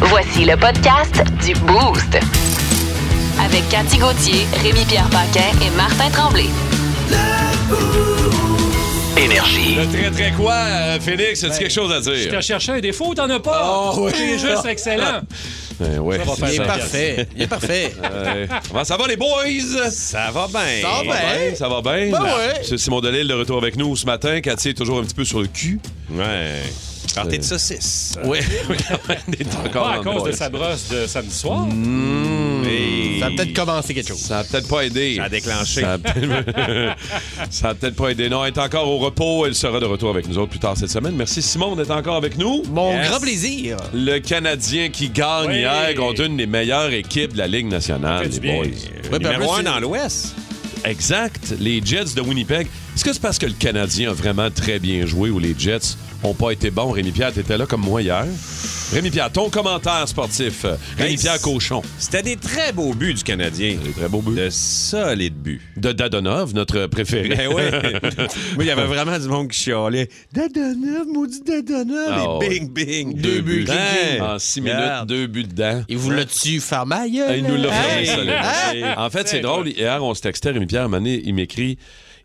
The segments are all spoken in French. Voici le podcast du Boost. Avec Cathy Gauthier, Rémi-Pierre Paquin et Martin Tremblay. Énergie. Le très très quoi, euh, Félix, as-tu quelque chose à Je dire? te cherchais un défaut, t'en as pas. Ah Oh, oui. C'est juste excellent. Eh ouais. Ça va faire Il est ça. parfait. Il est parfait. Ouais. Comment ça va, les boys? Ça va bien. Ça va bien. Ça va bien? Ben ouais. C'est Simon Delille de retour avec nous ce matin. Cathy est toujours un petit peu sur le cul. Ah, Ouais. Euh. Partie de saucisse. Oui, oui, on est encore Pas à dans le cause de boys. sa brosse de samedi soir. Mm. Et Ça a peut-être commencé quelque chose. Ça a peut-être pas aidé. Ça a déclenché. Ça a peut- Ça a peut-être pas aidé. Non, elle est encore au repos. Elle sera de retour avec nous autres plus tard cette semaine. Merci, Simon, d'être encore avec nous. Mon Yes. grand plaisir. Le Canadien qui gagne Oui. hier contre une des meilleures équipes de la Ligue nationale, Fait du les bien. boys. Ouais, puis en numéro plus, un c'est- dans l'Ouest. Exact. Les Jets de Winnipeg. Est-ce que c'est parce que le Canadien a vraiment très bien joué ou les Jets ont pas été bons? Rémi Pierre, t'étais là comme moi hier. Rémi Pierre, ton commentaire sportif. Rémi Pierre Cochon. C'était des très beaux buts du Canadien. Des très beaux buts. De solides buts. De Dadonov, notre préféré. Ben ouais. Moi, il y avait vraiment du monde qui chialait. Dadonov, maudit Dadonov. Ah Et ouais. bing, bing. Deux buts. Hey. En six minutes, Regarde. deux buts dedans. Il vous l'a tu faire ma Ah, gueule? Il nous l'a fait Hey! solide. Hey! En fait, c'est drôle. Hier, on se textait, Rémi-Pierre, Mané, il m'écrit.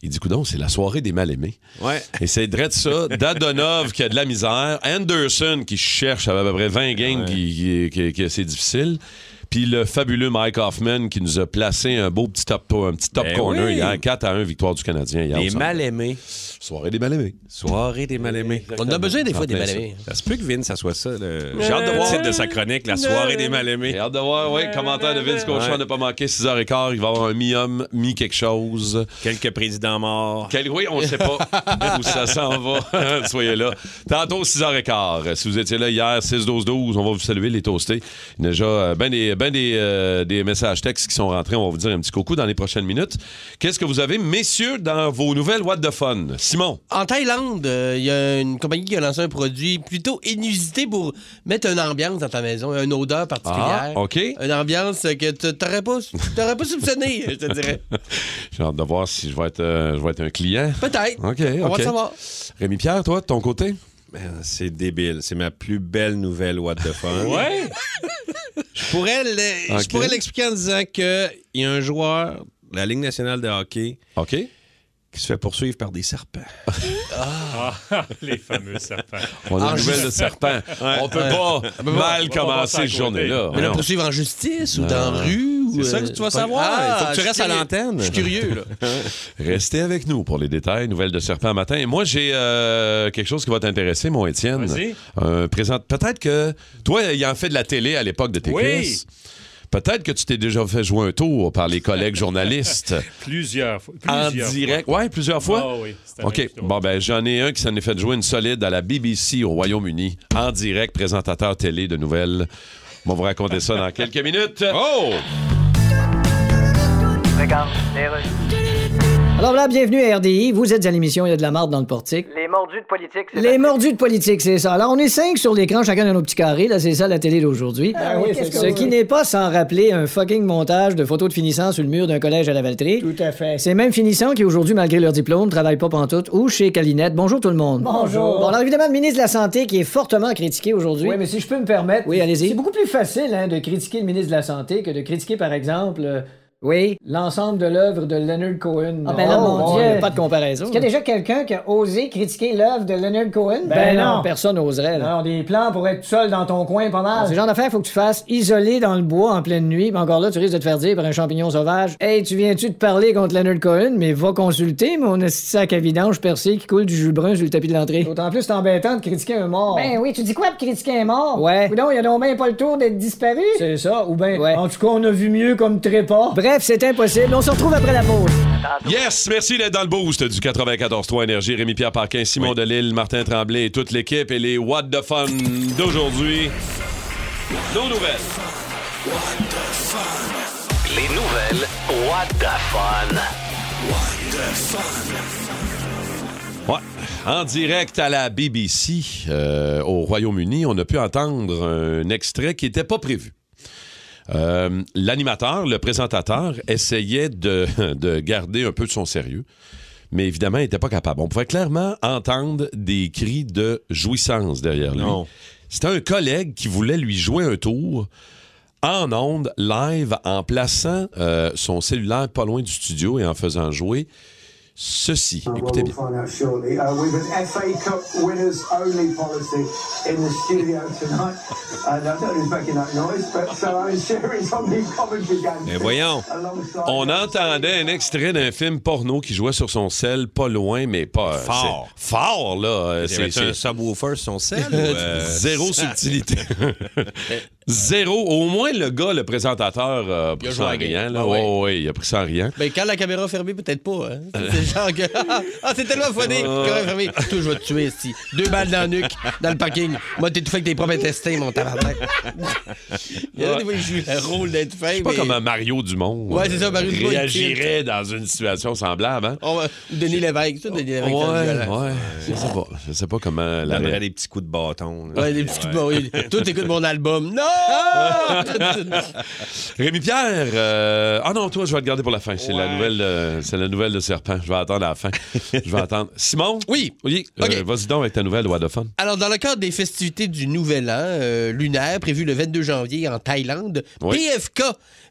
Il dit, coudon, c'est la soirée des mal-aimés. Ouais. Et c'est de ça. Dadonov qui a de la misère. Anderson qui cherche à peu près 20 games qui, qui- qui- qui- c'est difficile. Puis le fabuleux Mike Hoffman qui nous a placé un beau petit top, un petit top Ben corner oui. hier. 4 à 1 victoire du Canadien hier. au Les centre. mal-aimés. Soirée des mal-aimés. Soirée des mal-aimés. On en a besoin des fois des Ah, ben, mal-aimés. Ça se peut que Vin, ça soit ça. le- J'ai hâte de voir le titre de sa chronique, La soirée des mal-aimés. J'ai hâte de voir, oui, commentaire de Vince Cochon Ouais. n'a pas manqué 6h15. Il va avoir un mi-homme, mi-quelque chose. Quelques présidents morts. Ah. Quel oui, on ne sait pas où ça s'en va. Soyez là. Tantôt, 6h15. Si vous étiez là hier, 6-12-12, on va vous saluer, les toastés. Il y a déjà euh, ben des, ben des, euh, des messages textes qui sont rentrés. On va vous dire un petit coucou dans les prochaines minutes. Qu'est-ce que vous avez, messieurs, dans vos nouvelles What the Fun? Simon, En Thaïlande, euh, il y a une compagnie qui a lancé un produit plutôt inusité pour mettre une ambiance dans ta maison, une odeur particulière. Ah, OK. Une ambiance que tu n'aurais pas, t'aurais pas soupçonné, je te dirais. j'ai hâte de voir si je vais être, euh, je vais être un client. Peut-être. OK, On va OK. le savoir. Rémi-Pierre, toi, de ton côté? Man, C'est débile. C'est ma plus belle nouvelle What the Fun. Ouais. Je pourrais euh, le- Ok. je pourrais l'expliquer en disant qu'il y a un joueur de la Ligue nationale de hockey OK. qui se fait poursuivre par des serpents. Ah, les fameux serpents. On a Ah, une nouvelle juste- de serpent. On peut pas mal On va passer commencer à cette côté. journée-là. Mais le Voyons. poursuivre en justice ou dans la rue. ou, ça que euh, tu vas pas- savoir. Il faut que tu je suis restes à curieux. l'antenne. Je suis curieux, là. Restez avec nous pour les détails, nouvelles de Serpent Matin. Et moi, j'ai euh, quelque chose qui va t'intéresser, mon Étienne. Vas-y. Euh, présente... Peut-être que toi, il en fait de la télé à l'époque de tes Oui. quiz. Peut-être que tu t'es déjà fait jouer un tour par les collègues journalistes Plusieurs fois. en Plusieurs direct. Oui, plusieurs fois. Ah oui, c'était un OK. plutôt. Bon, ben, j'en ai un qui s'en est fait jouer une solide à la BBC au Royaume-Uni, en direct, présentateur télé de nouvelles. On va vous raconter ça dans quelques minutes. Oh! Alors là, bienvenue à RDI. Vous êtes à l'émission Il y a de la marde dans le portique. Les mordus de politique, c'est Les mordus de politique, c'est ça. Alors, on est cinq sur l'écran, chacun dans nos petits carrés. Là, c'est ça la télé d'aujourd'hui. Ce qui n'est pas sans rappeler un fucking montage de photos de finissants sur le mur d'un collège à la Valtrie. Tout à fait. Ces mêmes finissants qui, aujourd'hui, malgré leur diplôme, travaillent pas pantoute ou chez Calinette. Bonjour tout le monde. Bonjour. Bon, alors évidemment, le ministre de la Santé qui est fortement critiqué aujourd'hui. Oui, mais si je peux me permettre. Oui, allez-y. C'est beaucoup plus facile hein, de critiquer le ministre de la Santé que de critiquer, par exemple. euh, oui. L'ensemble de l'œuvre de Leonard Cohen. Ah, ben là, mon Dieu. pas de comparaison. Est-ce qu'il y a déjà quelqu'un qui a osé critiquer l'œuvre de Leonard Cohen? Ben, non. Personne n'oserait. Non, des plans pour être seul dans ton coin, pas mal. Ce genre d'affaires, faut que tu fasses isolé dans le bois en pleine nuit. Mais encore là, tu risques de te faire dire par un champignon sauvage Hey, tu viens-tu de parler contre Leonard Cohen? Mais va consulter mon esti de sac à vidange percé qui coule du jus brun sur le tapis de l'entrée. D'autant plus, c'est embêtant de critiquer un mort. Ben oui, tu dis quoi de critiquer un mort? Ouais. Ou non, il a donc bien pas le tour d'être disparu. C'est ça, ou ben. En tout cas, on a vu mieux comme trépas. Bref, c'est impossible. On se retrouve après la pause. Yes, merci d'être dans le boost du 94.3 Énergie. Rémi-Pierre Parquin, Simon Delille, Martin Tremblay et toute l'équipe et les What the Fun d'aujourd'hui. Nos nouvelles. Les nouvelles, what the fun. Ouais. En direct à la BBC euh, au Royaume-Uni, on a pu entendre un extrait qui n'était pas prévu. Euh, L'animateur, le présentateur, essayait de, de garder un peu de son sérieux, mais évidemment, il n'était pas capable. On pouvait clairement entendre des cris de jouissance derrière lui. Non. C'était un collègue qui voulait lui jouer un tour en onde, live, en plaçant euh, son cellulaire pas loin du studio et en faisant jouer ceci. Écoutez bien. Find out shortly. Uh, we've an FA Cup winners only policy in the studio tonight. And I don't know who's making that noise, but so I'm sharing on the commentary game. Mais voyons. Alongside On entendait un extrait d'un film porno qui jouait sur son sel, pas loin, mais pas. euh, Fort. c'est- Fort, là. euh, Il y avait C'est un c'est subwoofer sur son sel? ou, euh, zéro subtilité. zéro. Au moins, le gars, le présentateur, euh, a pris joué ça en à la game. riant. là. Ah ouais. ouais. ouais, il a pris ça en riant. Ben, quand la caméra est fermée, peut-être pas. hein. Euh. C'est genre que. Ah, ah, c'est tellement funny. Caméra fermée. Tout, je vais te tuer, ici. Deux balles dans la nuque, dans le parking. Moi, t'es tout fait avec tes propres intestins, mon tabarnak. Il y en a des fois, ils jouent le rôle d'être fin. C'est pas comme un Mario Dumont. Ouais, euh, c'est ça, Mario Dumont, il Oh, Réagirait dans une situation semblable, hein? On va donner l'évêque, ça, donner l'évêque. ça, ouais, violent. ouais. Je sais pas. Je sais pas comment Il la donnerait des petits coups de bâton. là. Ouais, des petits coups de barre. Oui. Toi, t'écoutes mon album. Non! Ah! Rémi Pierre, euh, ah non, toi, je vais le garder pour la fin. C'est la nouvelle, euh, c'est la nouvelle de Serpent. Je vais attendre à la fin. je vais attendre. Simon? Oui. Oui. euh, OK. Vas-y donc avec ta nouvelle, What the Fun. Alors, dans le cadre des festivités du Nouvel An euh, lunaire, prévu le 22 janvier en Thaïlande, Oui. PFK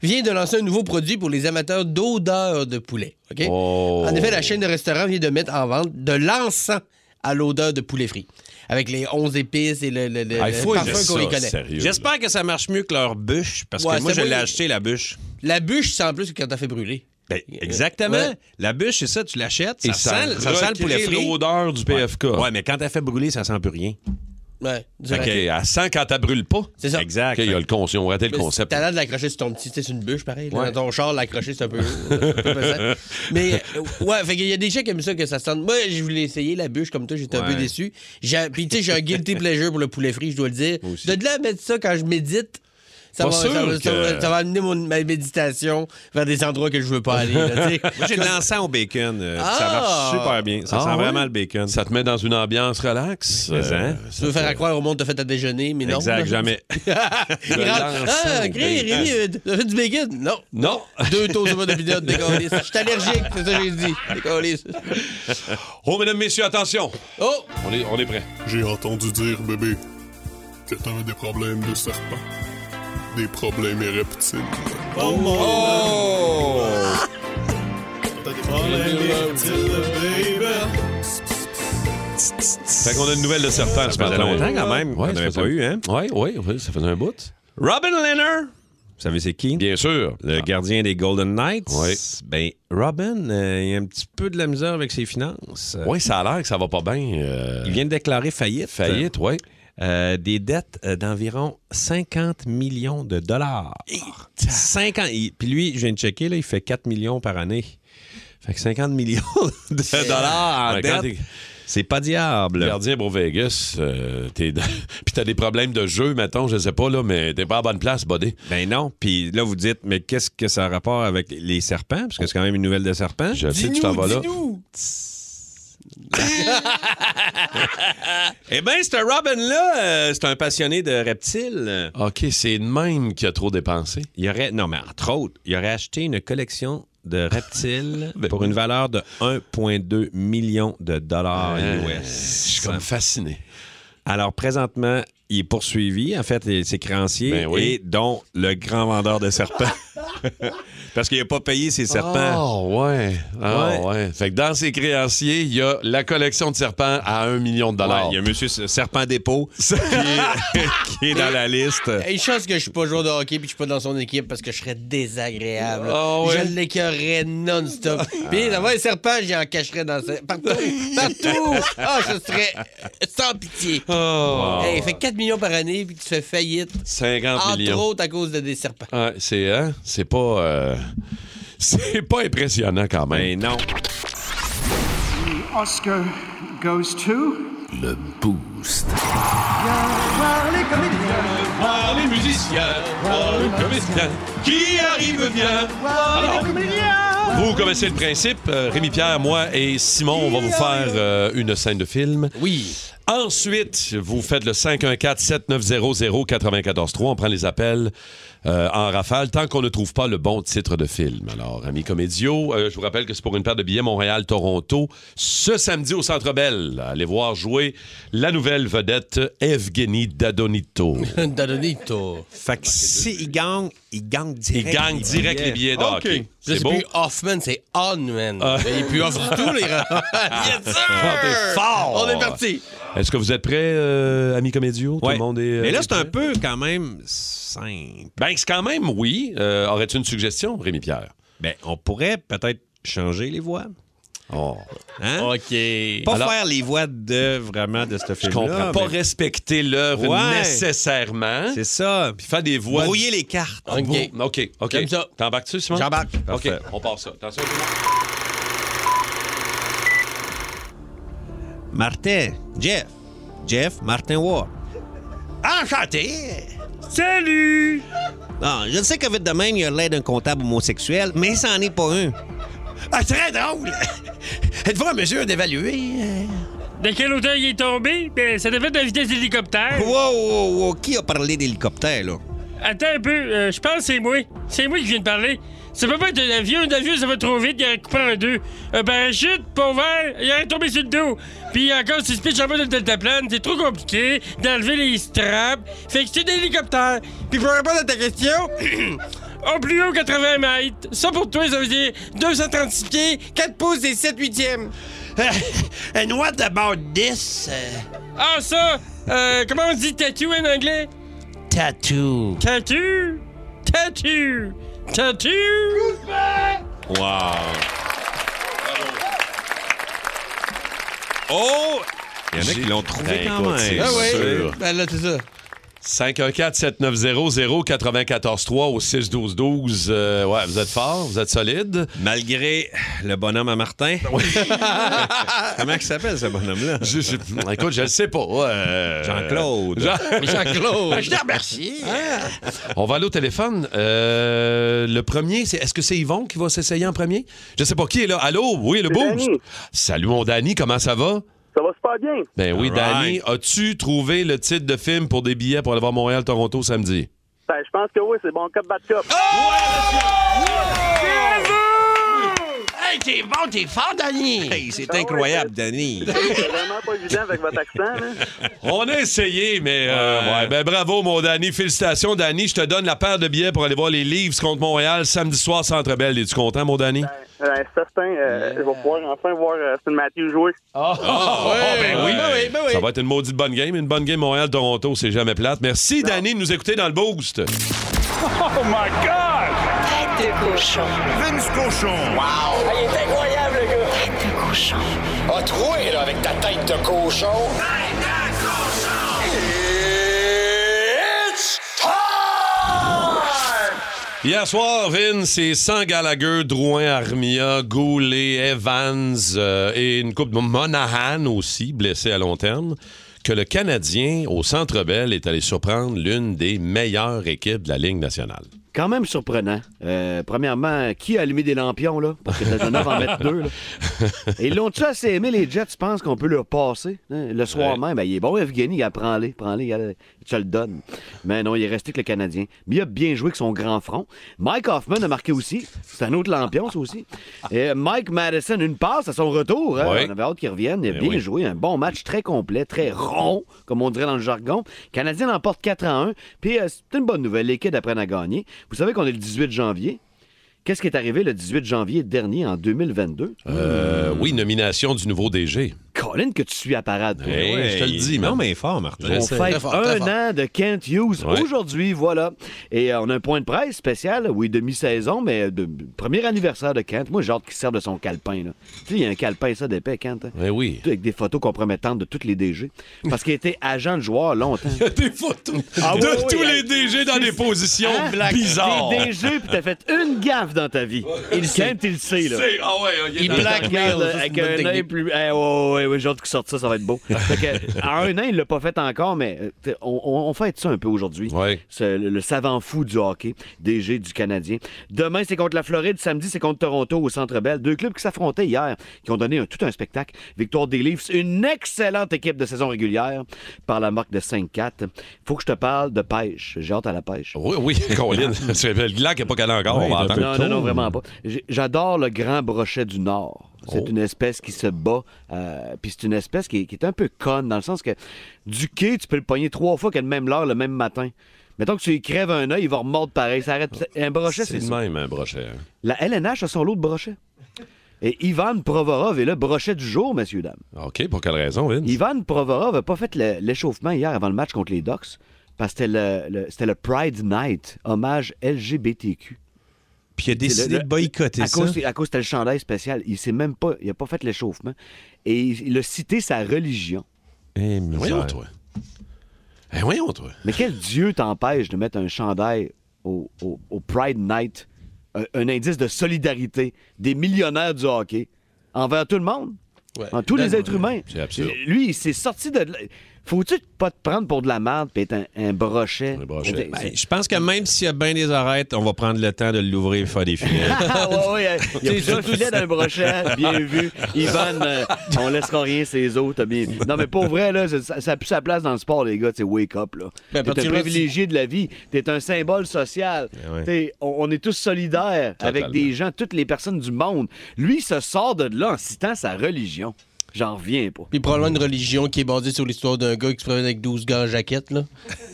vient de lancer un nouveau produit pour les amateurs d'odeur de poulet. OK? Oh. En effet, la chaîne de restaurants vient de mettre en vente de l'encens à l'odeur de poulet frit, avec les 11 épices et le, le- le- Ah, il le faut aimer Euh, parfum qu'on ça, y connaît. sérieux, là. J'espère que ça marche mieux que leur bûche, parce Ouais, que moi, c'est je l'ai moi- acheté, la bûche. La bûche sent plus que quand t'as fait brûler. Ben, exactement. Ouais. La bûche, c'est ça, tu l'achètes, ça, Euh, Et ça sent, ça sent le poulet recrée frit. l'odeur du PFK. Ouais. mais quand t'as fait brûler, ça sent plus rien. Ouais. du OK, racket. à 100 quand t'as brûle pas. C'est ça. Exact. OK, il y a le con- on raté le Mais si concept. T'as l'air de l'accrocher sur ton petit, tu sais, sur une bûche, pareil. là, Ouais. Dans ton char, l'accrocher, c'est un peu. un peu pesant. Mais, euh, ouais, fait qu'il y a des gens qui aiment ça, que ça sente. Moi, je voulais essayer la bûche comme toi, j'étais un peu Ouais. déçu. J'ai- Puis, tu sais, j'ai un guilty pleasure pour le poulet frit, je dois le dire. Moi aussi. De là à mettre ça quand je médite. Ça Pas va, ça, sûr va, ça va- que- ça va amener mon- ma méditation vers des endroits que je veux pas aller. là, tu sais. Moi, j'ai de l'encens au bacon. euh, Ah! Ça marche super bien. Ça Ah, sent ouais? vraiment le bacon. Ça te met dans une ambiance relax. Euh, Mais, hein? Tu veux faire à croire au monde que t'as fait à déjeuner, mais non. exact, là. jamais. Il rentre, lance Ah, au ok, bacon. Rémi, euh, t'as fait du bacon? Non. Ah. Non. Deux taux de mode d'épidote, décolliste. Je suis allergique, c'est ça que j'ai dit. Décolliste. Oh, mesdames, messieurs, attention. Oh! On est, on est prêts. J'ai entendu dire, bébé, que t'as un des problèmes de serpent. Des problèmes et reptiles. Oh mon T'as des problèmes reptiles, Fait qu'on a une nouvelle de Serpent Ça ce fait matin. longtemps quand même. Ouais, On ça n'avait faisait- pas eu, hein? Ouais, ouais, ouais, ça faisait un bout. Robin Lehner. Ah. Vous savez c'est qui? Bien sûr. Le gardien des Golden Knights. Ouais. Ben, Robin, euh, il a un petit peu de la misère avec ses finances. Euh, Oui, ça a l'air que ça va pas bien. euh, Il vient de déclarer faillite. Faillite, oui. Euh, des dettes euh, d'environ 50 millions de dollars. 50. il- Puis lui, je viens de checker, là, il fait 4 millions par année. Fait que 50 millions de dollars en Ouais, quand dettes, t'es- c'est pas diable. Gardien pour Vegas, euh, t'es dans- puis t'as des problèmes de jeu, mettons, je sais pas, là, mais t'es pas à bonne place, buddy. Ben non. Puis là, vous dites, mais qu'est-ce que ça a rapport avec les serpents? Parce que c'est quand même une nouvelle de serpents. Je sais que tu t'en vas là. Eh bien, ce Robin-là, euh, c'est un passionné de reptiles. OK, c'est de même qui a trop dépensé. Il aurait, non, mais entre autres, il aurait acheté une collection de reptiles Ben pour une valeur de 1,2 million de dollars Euh, Je US. suis comme fasciné. Alors, présentement, il est poursuivi, en fait, et ses créanciers, Ben oui. et dont le grand vendeur de serpents. Parce qu'il n'a pas payé ses serpents. Oh, ouais. Ah, Ouais. ouais. Fait que dans ses créanciers, il y a la collection de serpents à un million de Ouais, dollars. il y a Monsieur Serpent Dépôt qui est, qui est dans la liste. Hey, Une chance que je suis pas joueur de hockey puis que je suis pas dans son équipe parce que je serais désagréable. Ah ouais. Ah. Je l'écœurerais non-stop. Puis d'avoir un serpent, j'en cacherais dans ce... Partout! Partout! Ah, je serais sans pitié. Oh, Hey, fait 4 millions par année puis tu fais faillite. 50 Entre millions. autres à cause de des serpents. Ouais, c'est hein, c'est pas euh, c'est pas impressionnant quand Mais même. non. Oscar goes to. Le boost. Voir les comédiens. Parlez musicien, voir le comédien qui arrive bien. Alors, vous connaissez le principe. euh, Rémi Pierre, moi et Simon, on va vous faire euh, une scène de film. Oui. Ensuite, vous faites le 514-7900-943. On prend les appels euh, en rafale tant qu'on ne trouve pas le bon titre de film. Alors, amis comédiaux, euh, je vous rappelle que c'est pour une paire de billets Montréal-Toronto ce samedi au Centre Bell. Allez voir jouer la nouvelle vedette Evgeny Dadonito. Dadonito. Fait que s'il gagne, il gagne direct. Il gagne direct les billets de OK. hockey. Là, C'est c'est beau? plus Hoffman, c'est Onman. Ah. Et puis off du tout, les gars. yes, sir! On est fort! On est parti. Est-ce que vous êtes prêts, euh, amis comédiaux? Tout Ouais. le monde est. euh, Mais là, est c'est un peu quand même simple. Ben, c'est quand même oui. Euh, Aurais-tu une suggestion, Rémi Pierre? Ben, on pourrait peut-être changer les voix. Oh. Hein? OK. Pas Alors- faire les voix de vraiment de ce Je film-là. comprends. pas mais- respecter l'œuvre Ouais. nécessairement. C'est ça. Puis faire des voix. Oh, Brouiller les cartes. OK. OK, OK. J'aime ça. T'embarques-tu, Simon? J'embarque. OK, Parfait. on part ça. Attention. Martin, Jeff. Jeff, Martin Ward. Enchanté! Salut! Bon, je sais que vite de même, il y a l'air d'un comptable homosexuel, mais ça n'en est pas un. Ah, très drôle! Êtes-vous en mesure d'évaluer? euh? De quelle hauteur il est tombé? Ben, ça devait être de la vitesse d'hélicoptère. Wow, wow, wow, qui a parlé d'hélicoptère, là? Ben, Attends un peu, euh, je pense que c'est moi. C'est moi qui viens de parler. Ça peut pas être un avion. Un avion, ça va trop vite, il aurait coupé en deux. Euh, ben, Un parachute, pas ouvert, il aurait tombé sur le dos. Puis encore, c'est speech en bas de deltaplane, c'est trop compliqué d'enlever les straps. Fait que c'est un hélicoptère. Puis pour répondre à ta question, au plus haut 80 mètres. Ça pour toi, ça veut dire 236 pieds, 4 pouces et 7 huitièmes. And what about this uh, Ah ça, euh, comment on dit tattoo en anglais? tattoo? Tattoo, tattoo, tattoo. Wow. Oh! Il y en a qui l'ont trouvé quand même. Ah C'est oui. sûr. Ben là, c'est ça. 514-790-094-3 au 612-12. Euh, ouais, vous êtes fort, vous êtes solide. Malgré le bonhomme à Martin. Comment il s'appelle, ce bonhomme-là? Je- je- écoute, je ne sais pas. euh, Jean-Claude. Jean- Jean-Claude. Je te remercie. On va aller au téléphone. Euh, le premier, c'est est-ce que c'est Yvon qui va s'essayer en premier? Je sais pas qui est là. Allô? Oui, le boost. Salut mon Danny, comment ça va? Ça va super bien. Ben oui, All Danny, as-tu trouvé le titre de film pour des billets pour aller voir Montréal-Toronto samedi? Ben, je pense que oui, c'est bon cop, bad cop. Hey, t'es bon, t'es fort, Danny. Hey, c'est incroyable, Danny. C'est vraiment pas évident avec votre accent, là. On a essayé, mais euh, ouais, ben bravo, mon Danny. Félicitations, Danny. Je te donne la paire de billets pour aller voir les Leafs contre Montréal samedi soir, Centre Bell. Es-tu content, mon Danny? Ben, c'est certain, euh, je vais pouvoir enfin voir euh, Austin Matthews jouer. Oh, ben oui. Ben oui, ben oui. Ça va être une maudite bonne game. Une bonne game Montréal-Toronto, c'est jamais plate. Merci, Danny, de nous écouter dans le boost. Tête de cochon. Vince Cochon. Ah, il est incroyable, le gars! Tête de cochon. A troué, là, avec ta tête de cochon. Tête de cochon! It's time! Hier soir, Vin, c'est sans Gallagher, Drouin, Armia, Goulet, Evans euh, et une coupe de Monahan aussi, blessé à long terme, que le Canadien, au Centre Bell, est allé surprendre l'une des meilleures équipes de la Ligue nationale. Quand même surprenant. Euh, premièrement, qui a allumé des lampions, là? Parce que t'as donné en mettre deux, là. Et l'ont-tu assez aimé, les Jets? Tu penses qu'on peut leur passer? hein? Le soir même, ben, il est bon, Evgeny, gars, prends-les, prends-les, gars, tu te le donnes. Mais non, il est resté que le Canadien. Mais il a bien joué avec son grand front. Mike Hoffman a marqué aussi. C'est un autre lampion, ça aussi. Et Mike Madison, une passe à son retour. hein? Ouais. On avait hâte qu'il revienne. Il a Eh bien oui. joué. Un bon match très complet, très rond, comme on dirait dans le jargon. Le Canadien emporte 4 à 1. Puis euh, c'est une bonne nouvelle. L'équipe apprennent à gagner. Vous savez qu'on est le 18 janvier. Qu'est-ce qui est arrivé le 18 janvier dernier en 2022? Euh, oui, nomination du nouveau DG. Colin, que tu suis à parade, toi. Hey, je te le dis, man. Non, mais fort, Martin. On J'essaie. fête Très fort, très un fort. an de Kent Hughes Ouais. aujourd'hui, voilà. Et euh, on a un point de presse spécial, oui, de mi-saison, mais euh, de premier anniversaire de Kent. Moi, j'ai hâte qu'il serve de son calepin. Là. Tu sais, il y a un calepin, ça, d'épais, Kent. hein. Eh oui. Tout Avec des photos compromettantes de toutes les DG. Parce qu'il était agent de joueur longtemps. Il y a des photos Ah de oui, oui, tous oui. les DG dans des positions Hein? bizarres. T'es DG, puis t'as fait une gaffe dans ta vie. Il Kent, il le sait, là. C'est- ah ouais, il est Il dans- blackmail, blackmail ça, c'est avec une bonne un œil technique. plus. Eh, ouais, ouais, ouais, oui, j'ai hâte qu'il sorte ça, ça va être beau. Fait que, en un an, il l'a pas fait encore, mais euh, t'sais, on, on, on fête ça un peu aujourd'hui. Ah C'est Le, le savant fou du hockey, DG du Canadien. Demain, c'est contre la Floride. Samedi, c'est contre Toronto au Centre Bell. Deux clubs qui s'affrontaient hier, qui ont donné un- tout un spectacle. Victoire des Leafs, une excellente équipe de saison régulière par la marque de 5-4. Faut que je te parle de pêche. J'ai hâte à la pêche. Oui, oui, Colin. C'est le gland qui n'est pas calé encore, on va entendre. Non, non, non, vraiment pas. J'ai- J'adore le grand brochet du Nord. C'est une espèce qui se bat, euh, puis c'est une espèce qui, est- qui est un peu conne, dans le sens que du quai, tu peux le pogner trois fois qu'à la même heure, le même matin. Mettons que tu y crèves un œil, il va remordre pareil. Ça arrête. Un brochet, C'est c'est le ça. même, un brochet. hein. La LNH a son lot de brochets. Et Ivan Provorov est le brochet du jour, messieurs, dames. OK, pour quelle raison, Vince? Ivan Provorov n'a pas fait le- l'échauffement hier avant le match contre les Ducks, parce que c'était le, le- c'était le Pride Night, hommage LGBTQ. Puis il a décidé Le- le- de boycotter à ça. Cause, à cause c'était le chandail spécial. Il s'est même pas, il a pas fait l'échauffement. Et il, il a cité sa religion. Eh, Voyons, toi. Eh, voyons, toi. Mais quel dieu t'empêche de mettre un chandail au, au- au Pride Night, un, un indice de solidarité des millionnaires du hockey envers tout le monde, en tous les êtres humains. C'est absurde. Lui, il s'est sorti de. là. Faut-tu pas te prendre pour de la merde et être un, un brochet? C'est- Ben, je pense que même s'il y a bien des arêtes, on va prendre le temps de l'ouvrir et faire des filets. Ah, ouais, ouais, euh, il y a Il y a plusieurs tout filets ça. d'un brochet, bien vu. Ivan, euh, on laissera rien ces autres, bien vu. Non, mais pour vrai, là, ça, ça pue sa place dans le sport, les gars, c'est wake up, là. Ben, t'es un particulièrement- privilégié de la vie, t'es un symbole social. Ben ouais. T'es- on, on est tous solidaires avec des gens, toutes les personnes du monde. Lui, il se sort de là en citant sa religion. J'en reviens pas. Puis probablement une religion qui est basée sur l'histoire d'un gars qui se promène avec 12 gars en jaquette, là.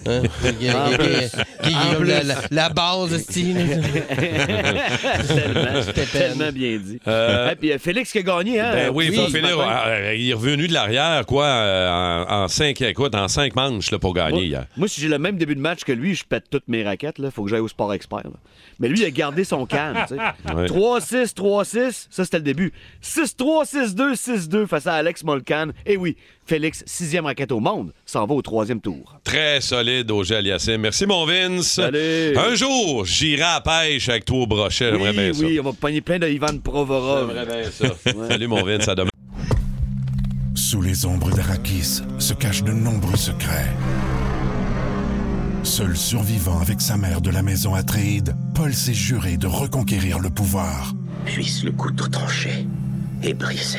Hein? Qui- qui- En qui- plus. qui- qui- En comme la, plus. la- la base, style. tellement, C'était peine. tellement bien dit. Euh, Et puis euh, Félix qui a gagné, hein? Ben oui, il faut ce finir. matin. Ah, Il est revenu de l'arrière, quoi, euh, en, en cinq, écoute, en cinq manches là, pour gagner Moi- hier. Moi, si j'ai le même début de match que lui, je pète toutes mes raquettes. Il faut que j'aille au sport expert. là. Mais lui, il a gardé son calme. tu sais. Ouais. 3-6, 3-6, ça c'était le début. 6-3, 6-2, 6-2 face à Alex Molcan. Et oui, Félix, sixième raquette au monde, s'en va au troisième tour. Très solide au gel Yassim. Merci, mon Vince. Salut. Un jour, j'irai à la pêche avec toi au brochet. J'aimerais oui, bien ça. oui, on va pogner plein de Ivan Provorov. Salut, mon Vince. À demain. Sous les ombres d'Arakis se cachent de nombreux secrets. Seul survivant avec sa mère de la maison Atréide, Paul s'est juré de reconquérir le pouvoir. Puisse le couteau tranché et brisé.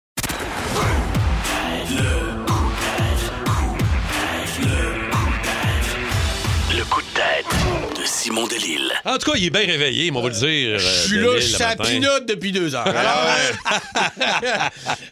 Le coup de tête de Simon Delille. En tout cas, il est bien réveillé, mais on va le dire. Euh, euh, Je suis là, je suis à la pinote depuis deux heures. Alors, euh,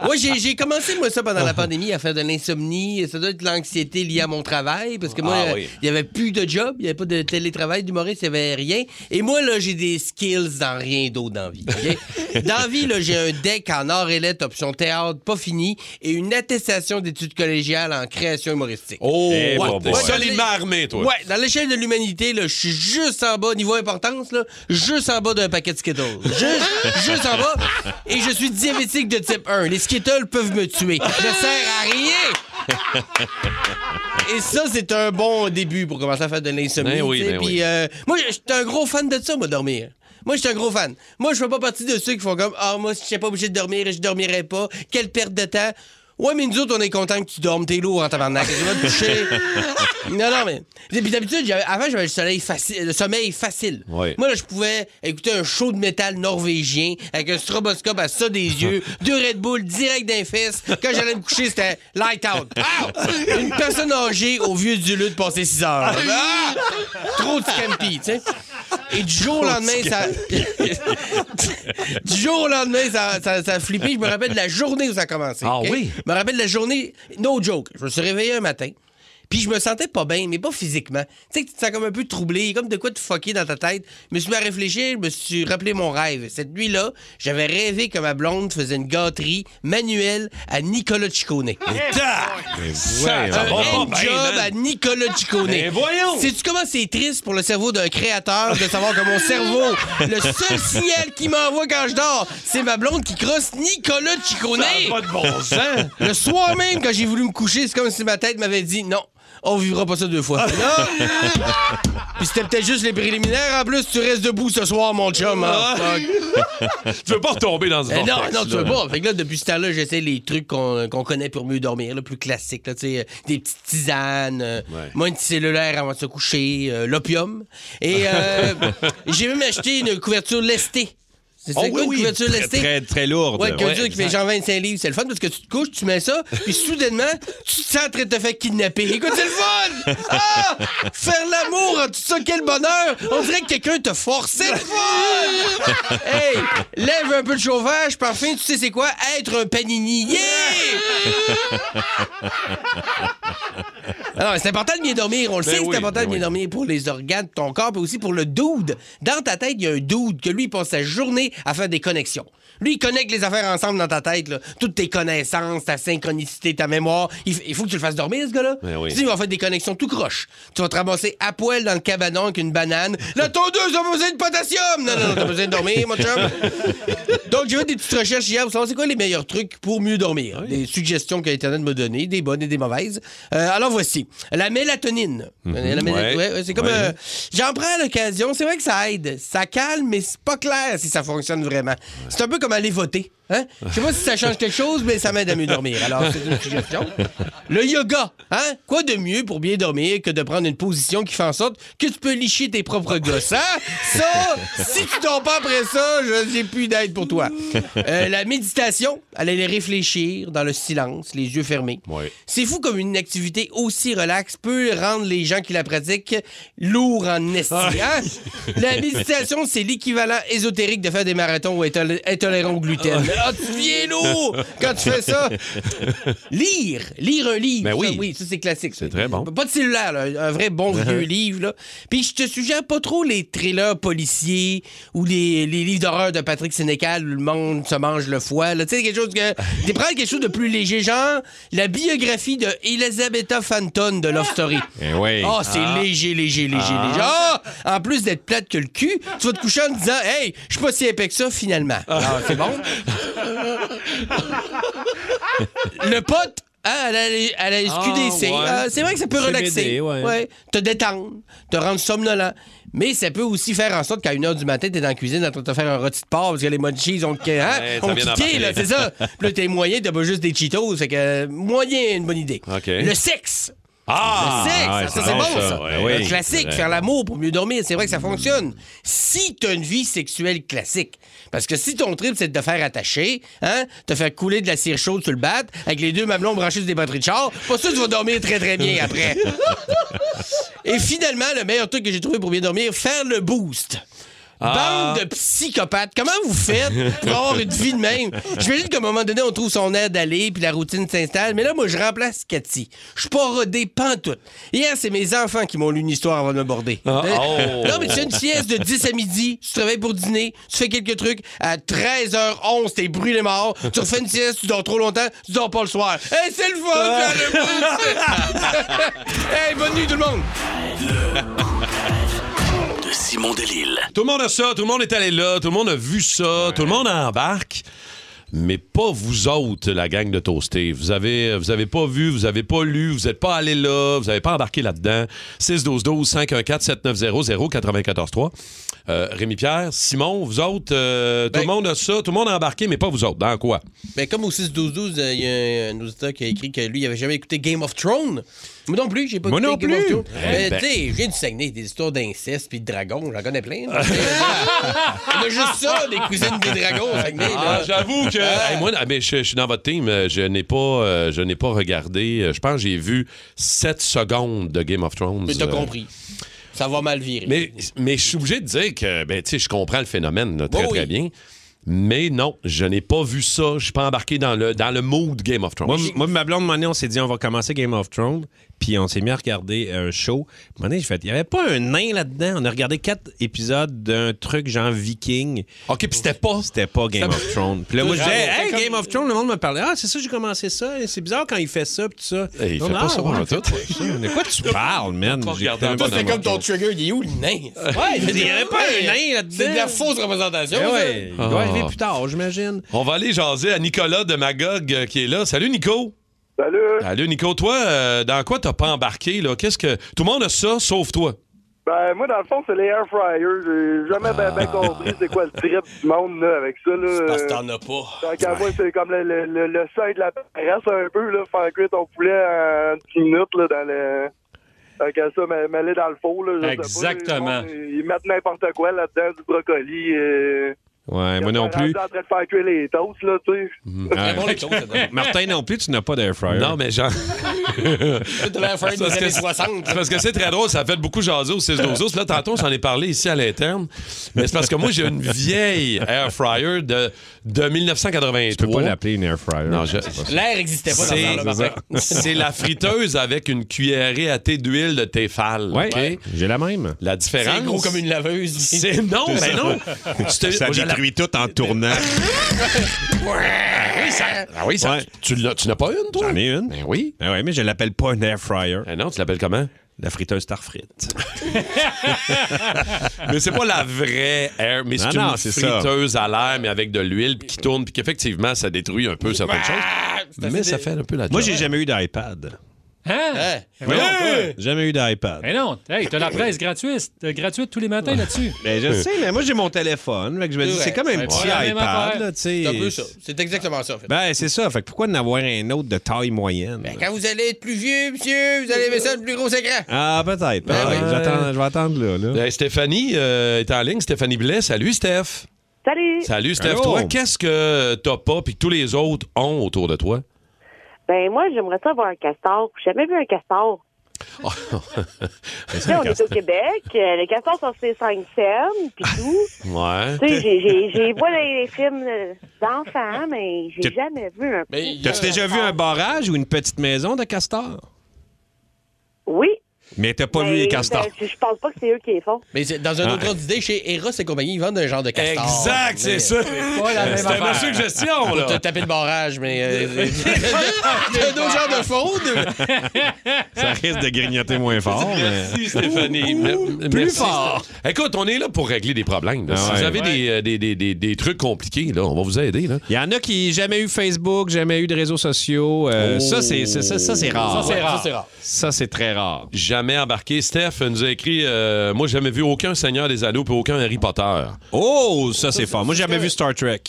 Moi, j'ai j'ai commencé, moi, ça, pendant la pandémie, à faire de l'insomnie. Ça doit être de l'anxiété liée à mon travail, parce que moi, Ah euh, il oui. n'y avait plus de job, il n'y avait pas de télétravail, d'humoriste, il n'y avait rien. Et moi, là, j'ai des skills dans rien d'autre dans la vie. ok? dans la vie, là, j'ai un deck en art et lettres, option théâtre, pas fini, et une attestation d'études collégiales en création humoristique. Oh, Ouais. bon, bon. Moi, solidement dans les- armé, toi. Ouais, dans l'échelle de l'humanité, là, je suis juste en bas, niveau importance, là, juste en bas d'un paquet de Skittles. Juste, juste en bas. Et je suis diabétique de type 1. Les Skittles peuvent me tuer. Je sers à rien. Et ça, c'est un bon début pour commencer à faire de l'insomnie. Ben oui, tu sais, ben puis, oui. euh, moi, j'étais un gros fan de ça, moi, dormir. Moi, j'étais un gros fan. Moi, je fais pas partie de ceux qui font comme Ah, moi, si j'étais pas obligé de dormir et je dormirais pas, quelle perte de temps. Ouais, mais nous autres, on est contents que tu dormes, t'es lourd en tabarnak. Tu vas te coucher. non, non, mais. Et Puis d'habitude, j'avais- avant, j'avais le, soleil facile, le sommeil facile. Ouais. Moi, là, je pouvais écouter un show de métal norvégien avec un stroboscope à ça des yeux, deux Red Bull direct d'un fesse. Quand j'allais me coucher, c'était light out. Ow! Une personne âgée au vieux du lieu de passer 6 heures. Ah! Trop de scampi, tu sais. Et du jour au lendemain, ça. du jour au lendemain, ça, ça, ça a flippé. Je me rappelle de la journée où ça a commencé. Ah ok? oui? Je me rappelle de la journée, no joke. Je me suis réveillé un matin. Puis je me sentais pas bien, mais pas physiquement. Tu sais, que tu te sens comme un peu troublé, comme de quoi te fucker dans ta tête. Je me suis mis à réfléchir, je me suis rappelé mon rêve. Cette nuit-là, j'avais rêvé que ma blonde faisait une gâterie manuelle à Nicolas Ciccone. Hein? Mais Ça, voyons un donc. hand job à Nicolas Ciccone. Mais ben, voyons! Sais-tu comment c'est triste pour le cerveau d'un créateur de savoir que mon cerveau, le seul signal qui m'envoie quand je dors, c'est ma blonde qui crosse Nicolas Ciccone. Ça a pas de bon sens. Le soir même, quand j'ai voulu me coucher, c'est comme si ma tête m'avait dit non. On vivra pas ça deux fois. Ah. Non! Puis c'était peut-être juste les préliminaires. En plus, tu restes debout ce soir, mon chum. hein. Ah. tu veux pas retomber dans ce Eh non, vortex, non, tu veux là. hein. pas. Fait que là, depuis ce temps-là, j'essaie les trucs qu'on qu'on connaît pour mieux dormir, là, plus classiques, là, tu sais, euh, des petites tisanes, euh, moi, une petite cellulaire avant de se coucher, euh, l'opium. Et euh, j'ai même acheté une couverture lestée. C'est Oh ça, oui, quoi, une oui. couverture Très- lestée? très- très lourde. Ouais, une couverture Ouais, qui fait genre 25 livres. C'est le fun parce que tu te couches, tu mets ça, puis soudainement, tu te sens en train de te faire kidnapper. Écoute, c'est le fun! Ah! Faire l'amour, en tout ça, quel bonheur! On dirait que quelqu'un te force. C'est le fun! Hey, lève un peu de chauffage, parfum, tu sais c'est quoi? Être un panini. Yeah! Alors, Ah c'est important de bien dormir. On le Ben sait, oui, c'est important de bien dormir pour les organes de ton corps, mais aussi pour le dude. Dans ta tête, il y a un dude que lui, il passe sa journée à faire des connexions. Lui, il connecte les affaires ensemble dans ta tête, là. toutes tes connaissances, ta synchronicité, ta mémoire. Il, f- il faut que tu le fasses dormir, ce gars-là. Ben oui. Tu sais, il va faire des connexions tout croche. Tu vas te ramasser à poil dans le cabanon avec une banane. Là, ton deux, ça besoin de potassium! Non, non, non, t'as besoin de dormir, mon chum. Donc, j'ai fait des petites recherches hier pour savoir c'est quoi les meilleurs trucs pour mieux dormir. Des suggestions que Internet m'a données, des bonnes et des mauvaises. Euh, alors, voici. La mélatonine. Mhm. Euh, la méla- Ouais. ouais, ouais, c'est comme. Ouais. euh, J'en prends à l'occasion. C'est vrai que ça aide. Ça calme, mais c'est pas clair si ça fonctionne vraiment. C'est un peu comme aller voter. Hein? Je sais pas si ça change quelque chose, mais ça m'aide à mieux dormir. Alors, c'est une suggestion. Le yoga, hein? Quoi de mieux pour bien dormir que de prendre une position qui fait en sorte que tu peux licher tes propres gosses, hein? Ça, si tu dors pas après ça, je n'ai plus d'aide pour toi. Euh, la méditation, aller les réfléchir dans le silence, les yeux fermés. C'est fou comme une activité aussi relaxe peut rendre les gens qui la pratiquent lourds en esti. Ah hein? La méditation, c'est l'équivalent ésotérique de faire des marathons ou être intol- intolérant au gluten. Ah, tu viens lourd quand tu fais ça. Lire, lire un livre. Ben oui. Ça, oui, ça c'est classique. C'est très bon. Pas de cellulaire, là, un vrai bon vieux livre. Là. Puis je te suggère pas trop les thrillers policiers ou les, les livres d'horreur de Patrick Sénécal où le monde se mange le foie. là. Tu sais, quelque chose que. Tu prends quelque chose de plus léger, genre la biographie de Elisabetta Fanton de Love Story. Eh oui. Ah, c'est Ah. léger, léger, léger, Ah. léger. Ah! En plus d'être plate que le cul, tu vas te coucher en te disant Hey, je suis pas si épais que ça finalement. Ah. Alors, c'est bon. le pote hein, à la, à la SQDC, Ah, ouais. euh, c'est vrai que ça peut CBD, relaxer, ouais. ouais, te détendre, te rendre somnolent. Mais ça peut aussi faire en sorte qu'à 1h du matin, t'es dans la cuisine en train de te faire un rôti de porc parce que les munchies ont, hein, Ouais, ça ont vient kické, d'embarquer. là, c'est ça. Puis là, t'es moyen, t'as pas juste des Cheetos. Fait que euh, moyen, une bonne idée. OK. Le sexe. Ah! Le sexe, Ouais, ça, c'est c'est bon, bon, ça. ça. Ben Ben Ouais, oui. Un classique, Ouais. faire l'amour pour mieux dormir, c'est vrai que ça fonctionne. Si t'as une vie sexuelle classique, parce que si ton trip, c'est de te faire attacher, hein, te faire couler de la cire chaude sur le bat, avec les deux mamelons branchés sur des batteries de char, pas sûr que tu vas dormir très, très bien après. Et finalement, le meilleur truc que j'ai trouvé pour bien dormir, faire le boost. Ah. Bande de psychopathes, comment vous faites pour avoir une vie de même? J'imagine qu'à un moment donné, on trouve son air d'aller, puis la routine s'installe. Mais là, moi, je remplace Cathy. Je suis pas rodé pantoute. Hier, c'est mes enfants qui m'ont lu une histoire avant de me border. oh. Non, mais tu fais une sieste de 10 à midi, tu travailles pour dîner, tu fais quelques trucs. À 13h11, t'es brûlé mort. Tu refais une sieste, tu dors trop longtemps, tu dors pas le soir. Hey, c'est le fun! faire le boost! hey, bonne nuit tout le monde! De Simon Delille. Tout le monde a ça, tout le monde est allé là, Ah, tout le monde a vu ça, tout le monde embarque. Mais pas vous autres, la gang de Toasté. Vous avez, vous avez pas vu, vous avez pas lu, vous n'êtes pas allé là, vous n'avez pas embarqué là-dedans. 612-12-514-7900-943. Euh, Rémi-Pierre, Simon, vous autres, euh, tout le monde a ça, tout le monde a embarqué, mais pas vous autres. Dans quoi? Ben, comme au 6-12-12, il euh, y a un, un auditeur qui a écrit que lui, il avait jamais écouté Game of Thrones. Moi non plus, j'ai pas Moi écouté non Game plus. of Thrones. Eh Mais ben. tu sais, je viens du Saguenay, des histoires d'inceste puis de dragons, j'en connais plein. là. On a juste ça, des cousines des dragons au Saguenay. là. Euh, Ah, J'avoue que. Hey, moi, ah, mais je, je suis dans votre team. euh, Je n'ai pas, euh, je n'ai pas regardé. euh, Je pense que j'ai vu 7 secondes de Game of Thrones. Mais t'as euh, compris. Ça va mal virer. Mais, mais je suis obligé de dire que ben, tu sais, je comprends le phénomène là, très, Oui, oui. très bien. Mais non, je n'ai pas vu ça. Je suis pas embarqué dans le, dans le mood Game of Thrones. Moi, m- moi, ma blonde, à un moment donné, on s'est dit, on va commencer Game of Thrones. Puis on s'est mis à regarder un show. À un moment donné, j'ai fait, il n'y avait pas un nain là-dedans. On a regardé quatre épisodes d'un truc genre viking. OK, puis c'était pas. C'était pas Game of Thrones. Puis là, moi, je disais, Genre, hey, Game of Thrones, le monde me parlait. Ah, c'est ça, j'ai commencé ça. C'est bizarre quand il fait ça, puis tout ça. Hey, il Non, fait non, pas ça ouais, pendant il fait tout. pas ça. De quoi tu parles, man? pas J'ai regardé tellement Toi, pas c'est d'amour. comme ton trigger, il est où le nain? Ouais, il y avait pas un nain là-dedans. C'est de la fausse représentation. Eh ça. ouais, il doit Ah. arriver plus tard, j'imagine. On va aller jaser à Nicolas de Magog euh, qui est là. Salut Nico. Salut. Salut Nico. Toi, euh, dans quoi t'as pas embarqué là Qu'est-ce que tout le monde a ça, sauf toi. Ben, moi, dans le fond, c'est les air fryers. J'ai jamais ben, ben compris c'est quoi le trip du monde là, avec ça. Là. Parce que t'en as pas. Tant qu'à moi, c'est comme le, le, le, le seuil de la paresse un peu, là, faire cuire ton poulet en 10 minutes là, dans le. Tant qu'à ça, m'a- m'aller dans le faux. Là, je sais pas, Exactement. les gens, ils mettent n'importe quoi là-dedans, du brocoli. euh, Ouais, moi ils non sont plus. rendus en train de faire cuire les toasts, là, tu sais. Ah. bon, les toasts, c'est bon. Martin non plus, tu n'as pas d'air fryer. Non, mais genre. Tout l'air fryer des Parce que années c'est- 60. c'est Parce que c'est très drôle, ça fait beaucoup jaser au 6 12 Là, tantôt, j'en ai parlé ici à l'interne. Mais c'est parce que moi, j'ai une vieille air fryer de, de 1983. Tu peux pas l'appeler une air fryer. Non, je- L'air existait pas dans C'est- le temps, là, C'est la friteuse avec une cuillerée à thé d'huile de Tefal. Ouais, OK? j'ai la même. La différence. C'est gros comme une laveuse. C'est- non, C'est mais ça. non. Tu te- Ça Moi, je la- détruit tout en tournant. Ah oui, ça- Ah oui, ça- Ouais. tu l'as- tu n'as pas une, toi? J'en ai une. Ben oui. Ah ouais, mais je l'appelle pas une air fryer. Ben non, tu l'appelles comment? La friteuse tarfrite. Mais c'est pas la vraie air, mais c'est Non, non, une c'est ça. friteuse à l'air, mais avec de l'huile puis qui tourne, puis qu'effectivement, ça détruit un peu certaines Ah, choses. Mais ça fait un peu la Moi, job. j'ai jamais eu d'iPad. Hein? Ouais, Jamais eu d'iPad. Mais Eh non, hey, t'as la presse gratuite, euh, gratuite tous les matins là-dessus. Ben, je sais, mais moi, j'ai mon téléphone. Fait que je me dis, Ouais. c'est comme un Ouais, petit c'est la même iPad, affaire. là, tu sais. C'est un peu ça. C'est exactement ça, en fait. Ben, c'est ça. Fait que pourquoi en avoir un autre de taille moyenne? Ben, quand vous allez être plus vieux, monsieur, vous allez aimer ça le plus gros écran. Ah, peut-être. peut-être. oui. J'attends- Je vais attendre là. là. Euh, Stéphanie euh, est en ligne. Stéphanie Blais. Salut, Steph. Salut. Salut, Steph. Allô. Toi, qu'est-ce que t'as pas puis que tous les autres ont autour de toi? Ben moi, j'aimerais ça avoir un castor. J'ai jamais vu un castor. Tu sais, on est au Québec, euh, les castors sont ses 5 cents, puis tout. Ouais. tu sais, j'ai- j'ai j'ai vu les films euh, d'enfants, mais j'ai jamais vu un. T'as-tu déjà vu un barrage ou une petite maison de castors? Oui. Mais t'as pas vu mais les castors. ben, Je je pense pas que c'est eux qui les font. Mais c'est- dans un autre Ah. ordre d'idée, chez Eros et compagnie, ils vendent un genre de castor. Exact, c'est Mais- ça. pas la même C'était ma affaire. suggestion, Faut te là. taper le barrage, mais. Euh, t'as d'autres genres de fraude? Ça risque de grignoter moins fort. mais- Merci, Stéphanie. Me- plus merci, fort. Sté- Écoute, on est là pour régler des problèmes. là. Ah si ouais. vous avez des, euh, des, des- des- des trucs compliqués, là, on va vous aider. Là. Il y en a qui jamais eu Facebook, jamais eu de réseaux sociaux. Euh, Oh. Ça, c'est ça, ça, ça, c'est rare. Ça, c'est rare. Ça, c'est rare. Ça, c'est très rare. Jamais embarqué. Steph nous a écrit euh, Moi, j'ai jamais vu aucun Seigneur des Anneaux puis aucun Harry Potter. Oh, ça, c'est fort. Moi, j'ai jamais correct. vu Star Trek.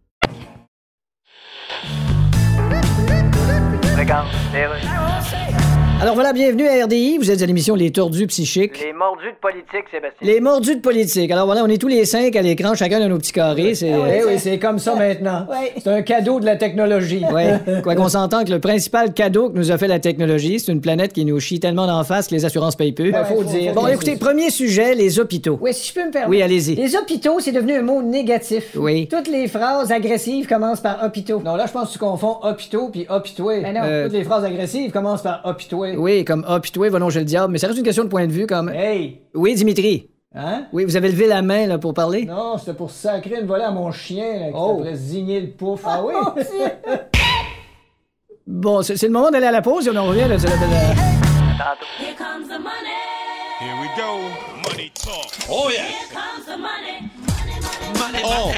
Alors voilà, bienvenue à RDI. Vous êtes à l'émission Les Tordus Psychiques. Les mordus de politique, Sébastien. Les mordus de politique. Alors voilà, on est tous les cinq à l'écran, chacun dans nos petits carrés. C'est Ah oui, Eh oui, c'est- c'est comme ça maintenant. C'est un cadeau de la technologie. Oui. Quoi qu'on s'entende que le principal cadeau que nous a fait la technologie, c'est une planète qui nous chie tellement d'en face que les assurances payent peu. Ouais, faut dire. Bon, écoutez, premier sujet, les hôpitaux. Oui, si je peux me permettre. Oui, allez-y. Les hôpitaux, c'est devenu un mot négatif. Oui. Toutes les phrases agressives commencent par hôpitaux. Non, là, je pense que tu confonds hôpitaux puis hôpitoué. Mais non. Euh, Toutes les phrases agressives commencent par hôpitoué. Oui, comme Ah, puis toi, va longer le diable, mais ça reste une question de point de vue comme. Hey! Oui, Dimitri. Hein? Oui, vous avez levé la main là, pour parler? Oh! Non, c'était pour sacrer une volée à mon chien, là, qui pourrait zigner le pouf. Ah oui? Bon, c'est c'est le moment d'aller à la pause et on en revient. Là, c'est la- la- Here comes the money. Here we go. Money talk. Oh yeah. Here comes the money. Oh!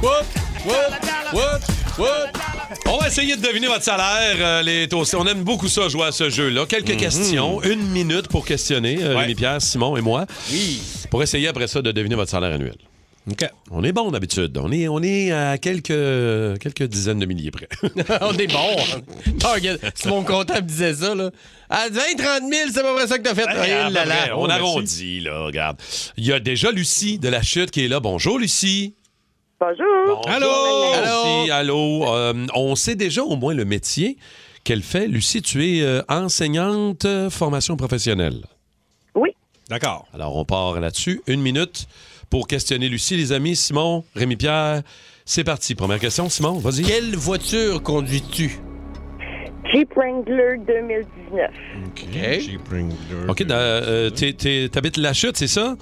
Whoop, whoop, whoop, whoop, On va essayer de deviner votre salaire, euh, les toastés. On aime beaucoup ça, jouer à ce jeu-là. Quelques questions, une minute pour questionner euh, Rémi-Pierre, Simon et moi. Oui. Pour essayer après ça de deviner votre salaire annuel. OK. On est bon d'habitude. On est, on est à quelques, quelques dizaines de milliers près. On est bon. Target. Si mon comptable disait ça, là. À 20, 30 000, c'est pas vrai ça que t'as fait. Ouais, Eh Ah, à peu là là. près. on Oh, merci. arrondit, là, regarde. Il y a déjà Lucie de la chute qui est là. Bonjour, Lucie. Bonjour. Allô? Oh! Oh. Lucie, allô. Euh, on sait déjà au moins le métier qu'elle fait. Lucie, tu es euh, enseignante, euh, formation professionnelle. Oui. D'accord. Alors, on part là-dessus. Une minute pour questionner Lucie, les amis. Simon, Rémi-Pierre, c'est parti. Première question, Simon, vas-y. Quelle voiture conduis-tu? Jeep Wrangler 2019. OK. OK, dans- euh, t'es- t'es- t'habites la chute, c'est ça?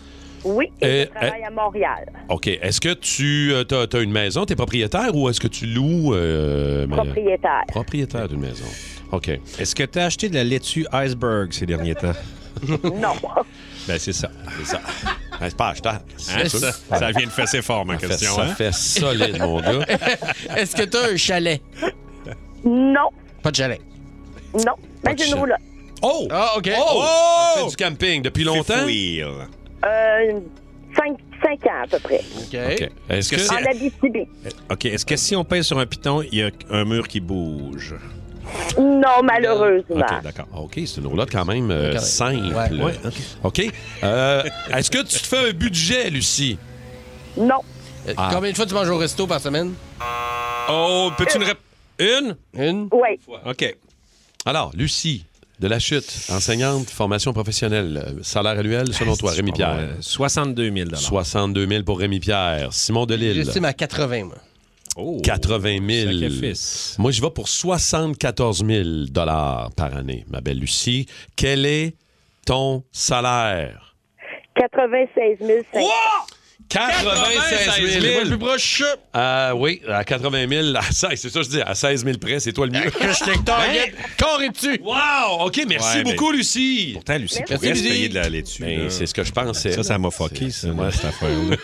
Oui, et Euh, je travaille à Montréal. OK. Est-ce que tu as, une maison, tu es propriétaire ou est-ce que tu loues? euh, ma- Propriétaire. Propriétaire d'une maison. OK. Est-ce que tu as acheté de la laitue iceberg ces derniers temps? non. Ben, c'est ça. C'est ça. Ben, c'est pas achetable. Hein, sûr. ça, ça vient de fesser fort, ma Ça fait- question. ça hein? fait solide, mon Ben, gars. Est-ce que t'as un chalet? Non, Pas de chalet. non. Mais de j'ai chien. une roulotte. Oh! Ah, OK. Oh! Oh! Elle fait du camping depuis longtemps? Oui. Euh, 5, ans à peu près. OK. Est-ce que, En Abitibi. OK, est-ce que si on pèse sur un piton, il y a un mur qui bouge? Non, malheureusement. OK, d'accord. Ah, OK, c'est une roulotte quand même euh, Correct. simple. Ouais. Ouais, OK. Euh, Est-ce que tu te fais un budget, Lucie? Non. Euh, Ah. Combien de fois tu manges au resto par semaine? Oh, peux-tu une Une? Une? Oui. OK. Alors, Lucie, de la chute, enseignante, formation professionnelle, euh, salaire annuel, selon toi, Rémi-Pierre? 62 000 62 000 pour Rémi-Pierre. Simon Delille? J'estime à 80, moi. Oh! 80 000. Oh, Sacrifice. Moi, je vais pour 74 000 dollars par année, ma belle Lucie. Quel est ton salaire? 96 000. 96 000. C'est moi le plus proche. Euh, oui, à 80 000, à 16, c'est ça que je dis, à 16 000 près, c'est toi le mieux. Ben, target. Corps et dessus. Wow! OK, merci Ouais, ben, mais- beaucoup, Lucie. Pourtant, Lucie Merci, pourrait se Lucie. payer de la laitue. Ben, là. c'est ce que je pensais. Ça, ça m'a fucké, ça, moi, cette affaire-là.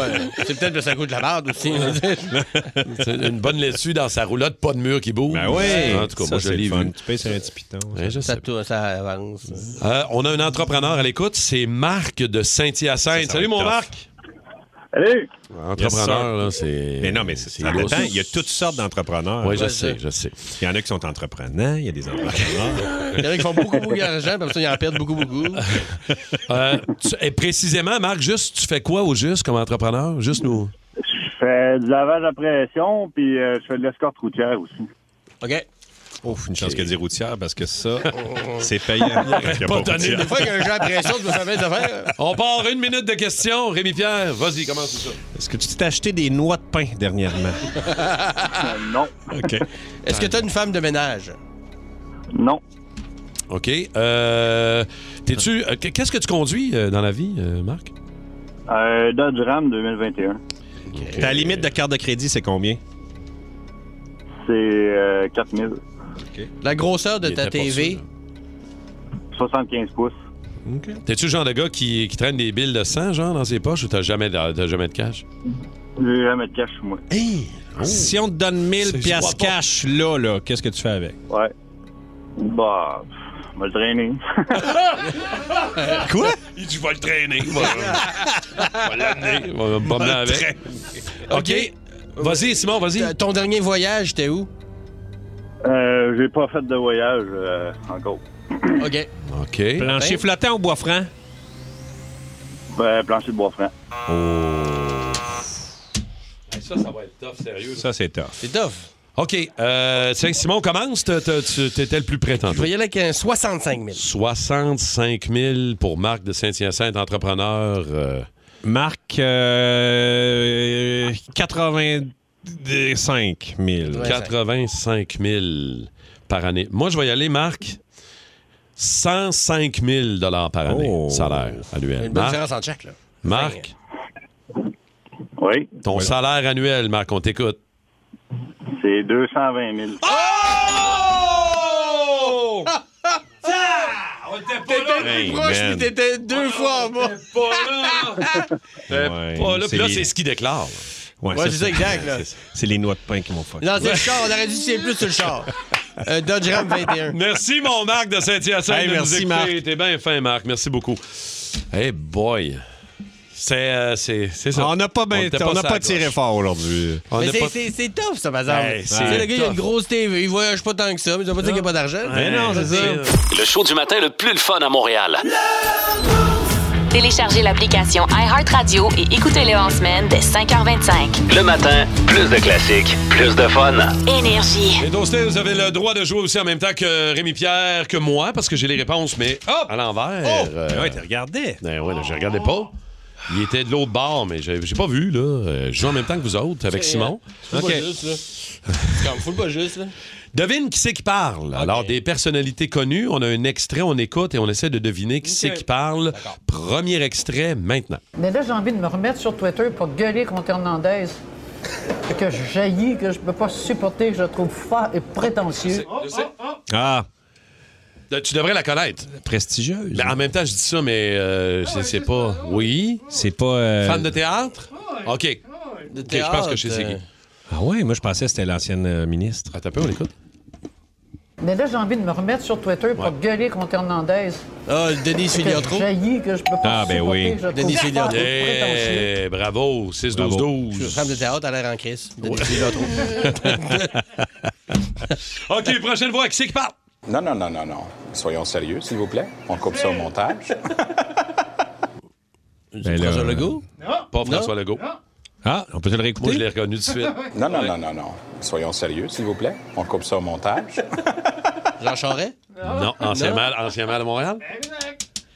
Ouais, c'est peut-être parce que ça coûte de la barde aussi. C'est une bonne laitue dans sa roulotte, pas de mur qui bouge. Ben oui! En tout cas, Ça, moi, je c'est l'ai le fun. vu. Tu payes sur un petit piton. Ouais, je ça, sais. tou- ça avance. Euh, on a un entrepreneur à l'écoute, c'est Marc de Saint-Hyacinthe. Salut, mon Marc! Salut! Entrepreneur, là, c'est. Mais non, mais c'est- ça lourd. dépend. Il y a toutes sortes d'entrepreneurs. Oui, je sais, je sais. Il y en a qui sont entreprenants, il y a des entrepreneurs. Il y en a qui font beaucoup, beaucoup d'argent, parce qu'ils en perdent beaucoup, beaucoup. Euh, tu- et précisément, Marc, juste, tu fais quoi au juste comme entrepreneur? Juste nous. Je fais du lavage à pression, puis euh, je fais de l'escorte routière aussi. OK. Ouf, une chance que dire routière, parce que ça, c'est payant. Il y a pas de donné routière. Des fois, qu'un jeu après ça, tu peux faire des affaires. On part une minute de questions. Rémi Pierre, vas-y, commence ça. Est-ce que tu t'es acheté des noix de pain dernièrement? non. OK. Est-ce que t'as une femme de ménage? Non. OK. Euh, T'es-tu. euh, Qu'est-ce que tu conduis euh, dans la vie, euh, Marc? Euh, Dodge Ram 2021. Ta limite de carte de crédit, c'est combien? C'est euh, 4000. La grosseur de Il ta était pas TV? 75 pouces. T'es-tu le genre de gars qui, qui traîne des billes de sang, genre, dans ses poches ou t'as jamais, t'as jamais de cash? J'ai jamais de cash, moi. Si on te donne 1000 C'est- piastres je crois pas. cash là, là, qu'est-ce que tu fais avec? Ouais. Bah, pff, on va le traîner. Quoi? Il dit, je vais le traîner. Je vais l'amener. Je vais me promener avec. OK. Vas-y, Simon, vas-y. T- Euh, Ton dernier voyage, t'es où? Euh, j'ai pas fait de voyage euh, encore. OK. OK. Plancher flottant ou bois franc? Ben, plancher de bois franc. Ça, ça va être tough, sérieux. Ça, c'est tough. C'est tough. OK. Euh, tiens, Simon, commence. T'as- t'as- Tu t'étais le plus près Je tantôt. vais y aller avec un 65 000. 65 000 pour Marc de Saint-Hyacinthe, entrepreneur. euh, Marc, euh, 85 000. 85 000 par année. Moi, je vais y aller, Marc. 105 000 par année, salaire annuel. Une bonne Marc, différence en check, là. Marc, Oui, ton salaire annuel, Marc, on t'écoute. c'est 220 000. Oh! On était T'étais plus proche, mais t'étais deux fois en bas. pas là! Ouais, Pas là, puis là, les- c'est ce qu'il déclare. Ouais, c'est ça, exact, là. c'est- C'est les noix de pain qui m'ont fait. Non, c'est le char. On aurait dû tirer plus sur le char. Euh, Dodge Ram 21. Merci, mon Marc de Saint-Hyacinthe. Hey, de merci, nous écouter. Marc. T'es bien fin, Marc. Merci beaucoup. Hey, boy. C'est euh, c'est- c'est ça. On n'a pas, ben- était on n'a sur pas la tiré coche. fort aujourd'hui. On Mais n'a c'est- pas- c'est c'est tough, ça, par exemple. Hey, Tu c'est sais, le gars, il a tough. une grosse TV. Il voyage pas tant que ça. Mais ça veut pas dire qu'il n'y a pas d'argent. Mais non, c'est ça. Le show du matin le plus le fun à Montréal. Téléchargez l'application iHeartRadio et écoutez-le en semaine dès 5h25. Le matin, plus de classiques, plus de fun. Énergie. Les toastés, vous avez le droit de jouer aussi en même temps que Rémi Pierre, que moi, parce que j'ai les réponses, mais à l'envers. Oh! Euh, Ouais, t'as regardé. Ben ouais, là, je regardais pas. Il était de l'autre bord, mais j'ai j'ai pas vu, là. Euh, Je joue en même temps que vous autres, avec Simon. Faut OK. euh, pas juste, là. C'est Comme, faut pas juste, là. Devine qui c'est qui parle. Alors, des personnalités connues, on a un extrait, on écoute et on essaie de deviner qui c'est qui parle. Premier extrait maintenant. Mais là, j'ai envie de me remettre sur Twitter pour gueuler contre Hernandez. Que je jaillis, que je peux pas supporter, que je trouve fort et prétentieux. Ah. Tu devrais la connaître. Prestigieuse. Ben, en même temps, je dis ça, mais euh, c'est- c'est pas. Oui. C'est pas. euh, Fan de théâtre? OK. OK, je pense que je sais c'est qui. Ah ouais, moi je pensais que c'était l'ancienne euh, ministre. Attends un peu, on écoute. Mais là, j'ai envie de me remettre sur Twitter pour gueuler contre Hernandez. Ah, le Denis Que je Filiatro. jaillis, que je peux pas Ah, ben supporter, oui. que je trouve Denis fort et Filiatro. prétentieux. Eh, bravo, Je suis 6-12-12. femme de théâtre à l'air en crise. Denis Filiatro. OK, prochaine voix, qui c'est qui parle? Non, non, non, non, non. Soyons sérieux, s'il vous plaît. On coupe ça au montage. François Legault? Pas François Legault. Ah, on peut te le réécouter? Moi, je l'ai reconnu tout de suite. Non, non, non, non, non. Soyons sérieux, s'il vous plaît. On coupe ça au montage. Jean Charest? Non, ancien mal, ancien mal à Montréal.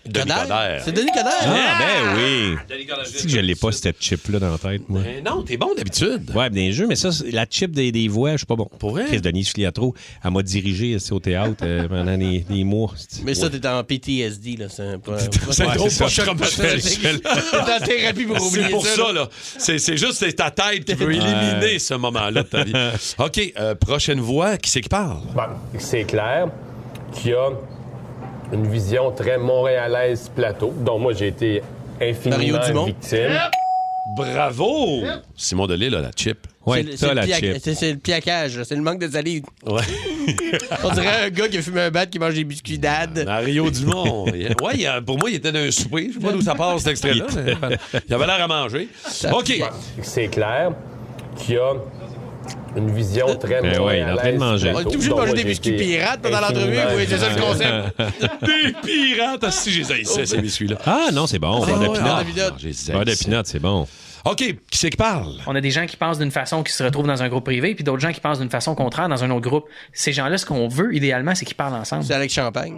Denis Coderre? Coderre. C'est Denis Coderre? Hein? Ah, ben oui. Denis Coderre. C'est que je l'ai pas, cette chip-là, dans la tête, moi. Mais non, t'es bon d'habitude. Ouais, bien jeux, mais ça, c'est- la chip des, des voix, je suis pas bon. Pour vrai? Chris Denise Filiatro, elle m'a dirigé c'est au théâtre euh, pendant des, des mois. c'est- Mais ça, Ouais. t'es en PTSD, là. C'est un peu. C'est Ouais, drôle, c'est pas ça, choc je suis post-traumatique. T'es en thérapie pour oublier C'est pour ça, ça, là. C'est c'est juste c'est ta tête qui veut éliminer ce moment-là de ta vie. OK, euh, prochaine voix, qui c'est qui parle? Bon, c'est clair qu'il y a une vision très montréalaise plateau, dont moi j'ai été Mario Dumont. infiniment victime. Bravo! Simon Delille a la chip. C'est le- c'est le piac- c'est- C'est le piaquage, là. c'est le manque de salive. Ouais. On dirait un gars qui a fumé un bat qui mange des biscuits d'ad. Mario Dumont. Il- ouais, il a- pour moi, il était d'un souper. Je sais pas d'où ça part, cet extrait-là. mais Il avait l'air à manger. OK. C'est clair qu'il y a une vision Eh très Ben ouais, il est en montréalaise train de manger. plateau, On est obligé de dont manger moi, des j'ai biscuits été pirates pendant l'entrevue, infiniment oui, c'est ça le victime. concept. Des pirates! Ah, Si j'ai ça, ces biscuits-là. Ah non, c'est bon. Ah, Beurre ouais, de ah, pinot. j'ai zéro, Beurre de c'est- pinot, c'est bon. OK, qui c'est qui parle? On a des gens qui pensent d'une façon qui se retrouvent dans un groupe privé, puis d'autres gens qui pensent d'une façon contraire dans un autre groupe. Ces gens-là, ce qu'on veut idéalement, c'est qu'ils parlent ensemble. C'est Alex Champagne.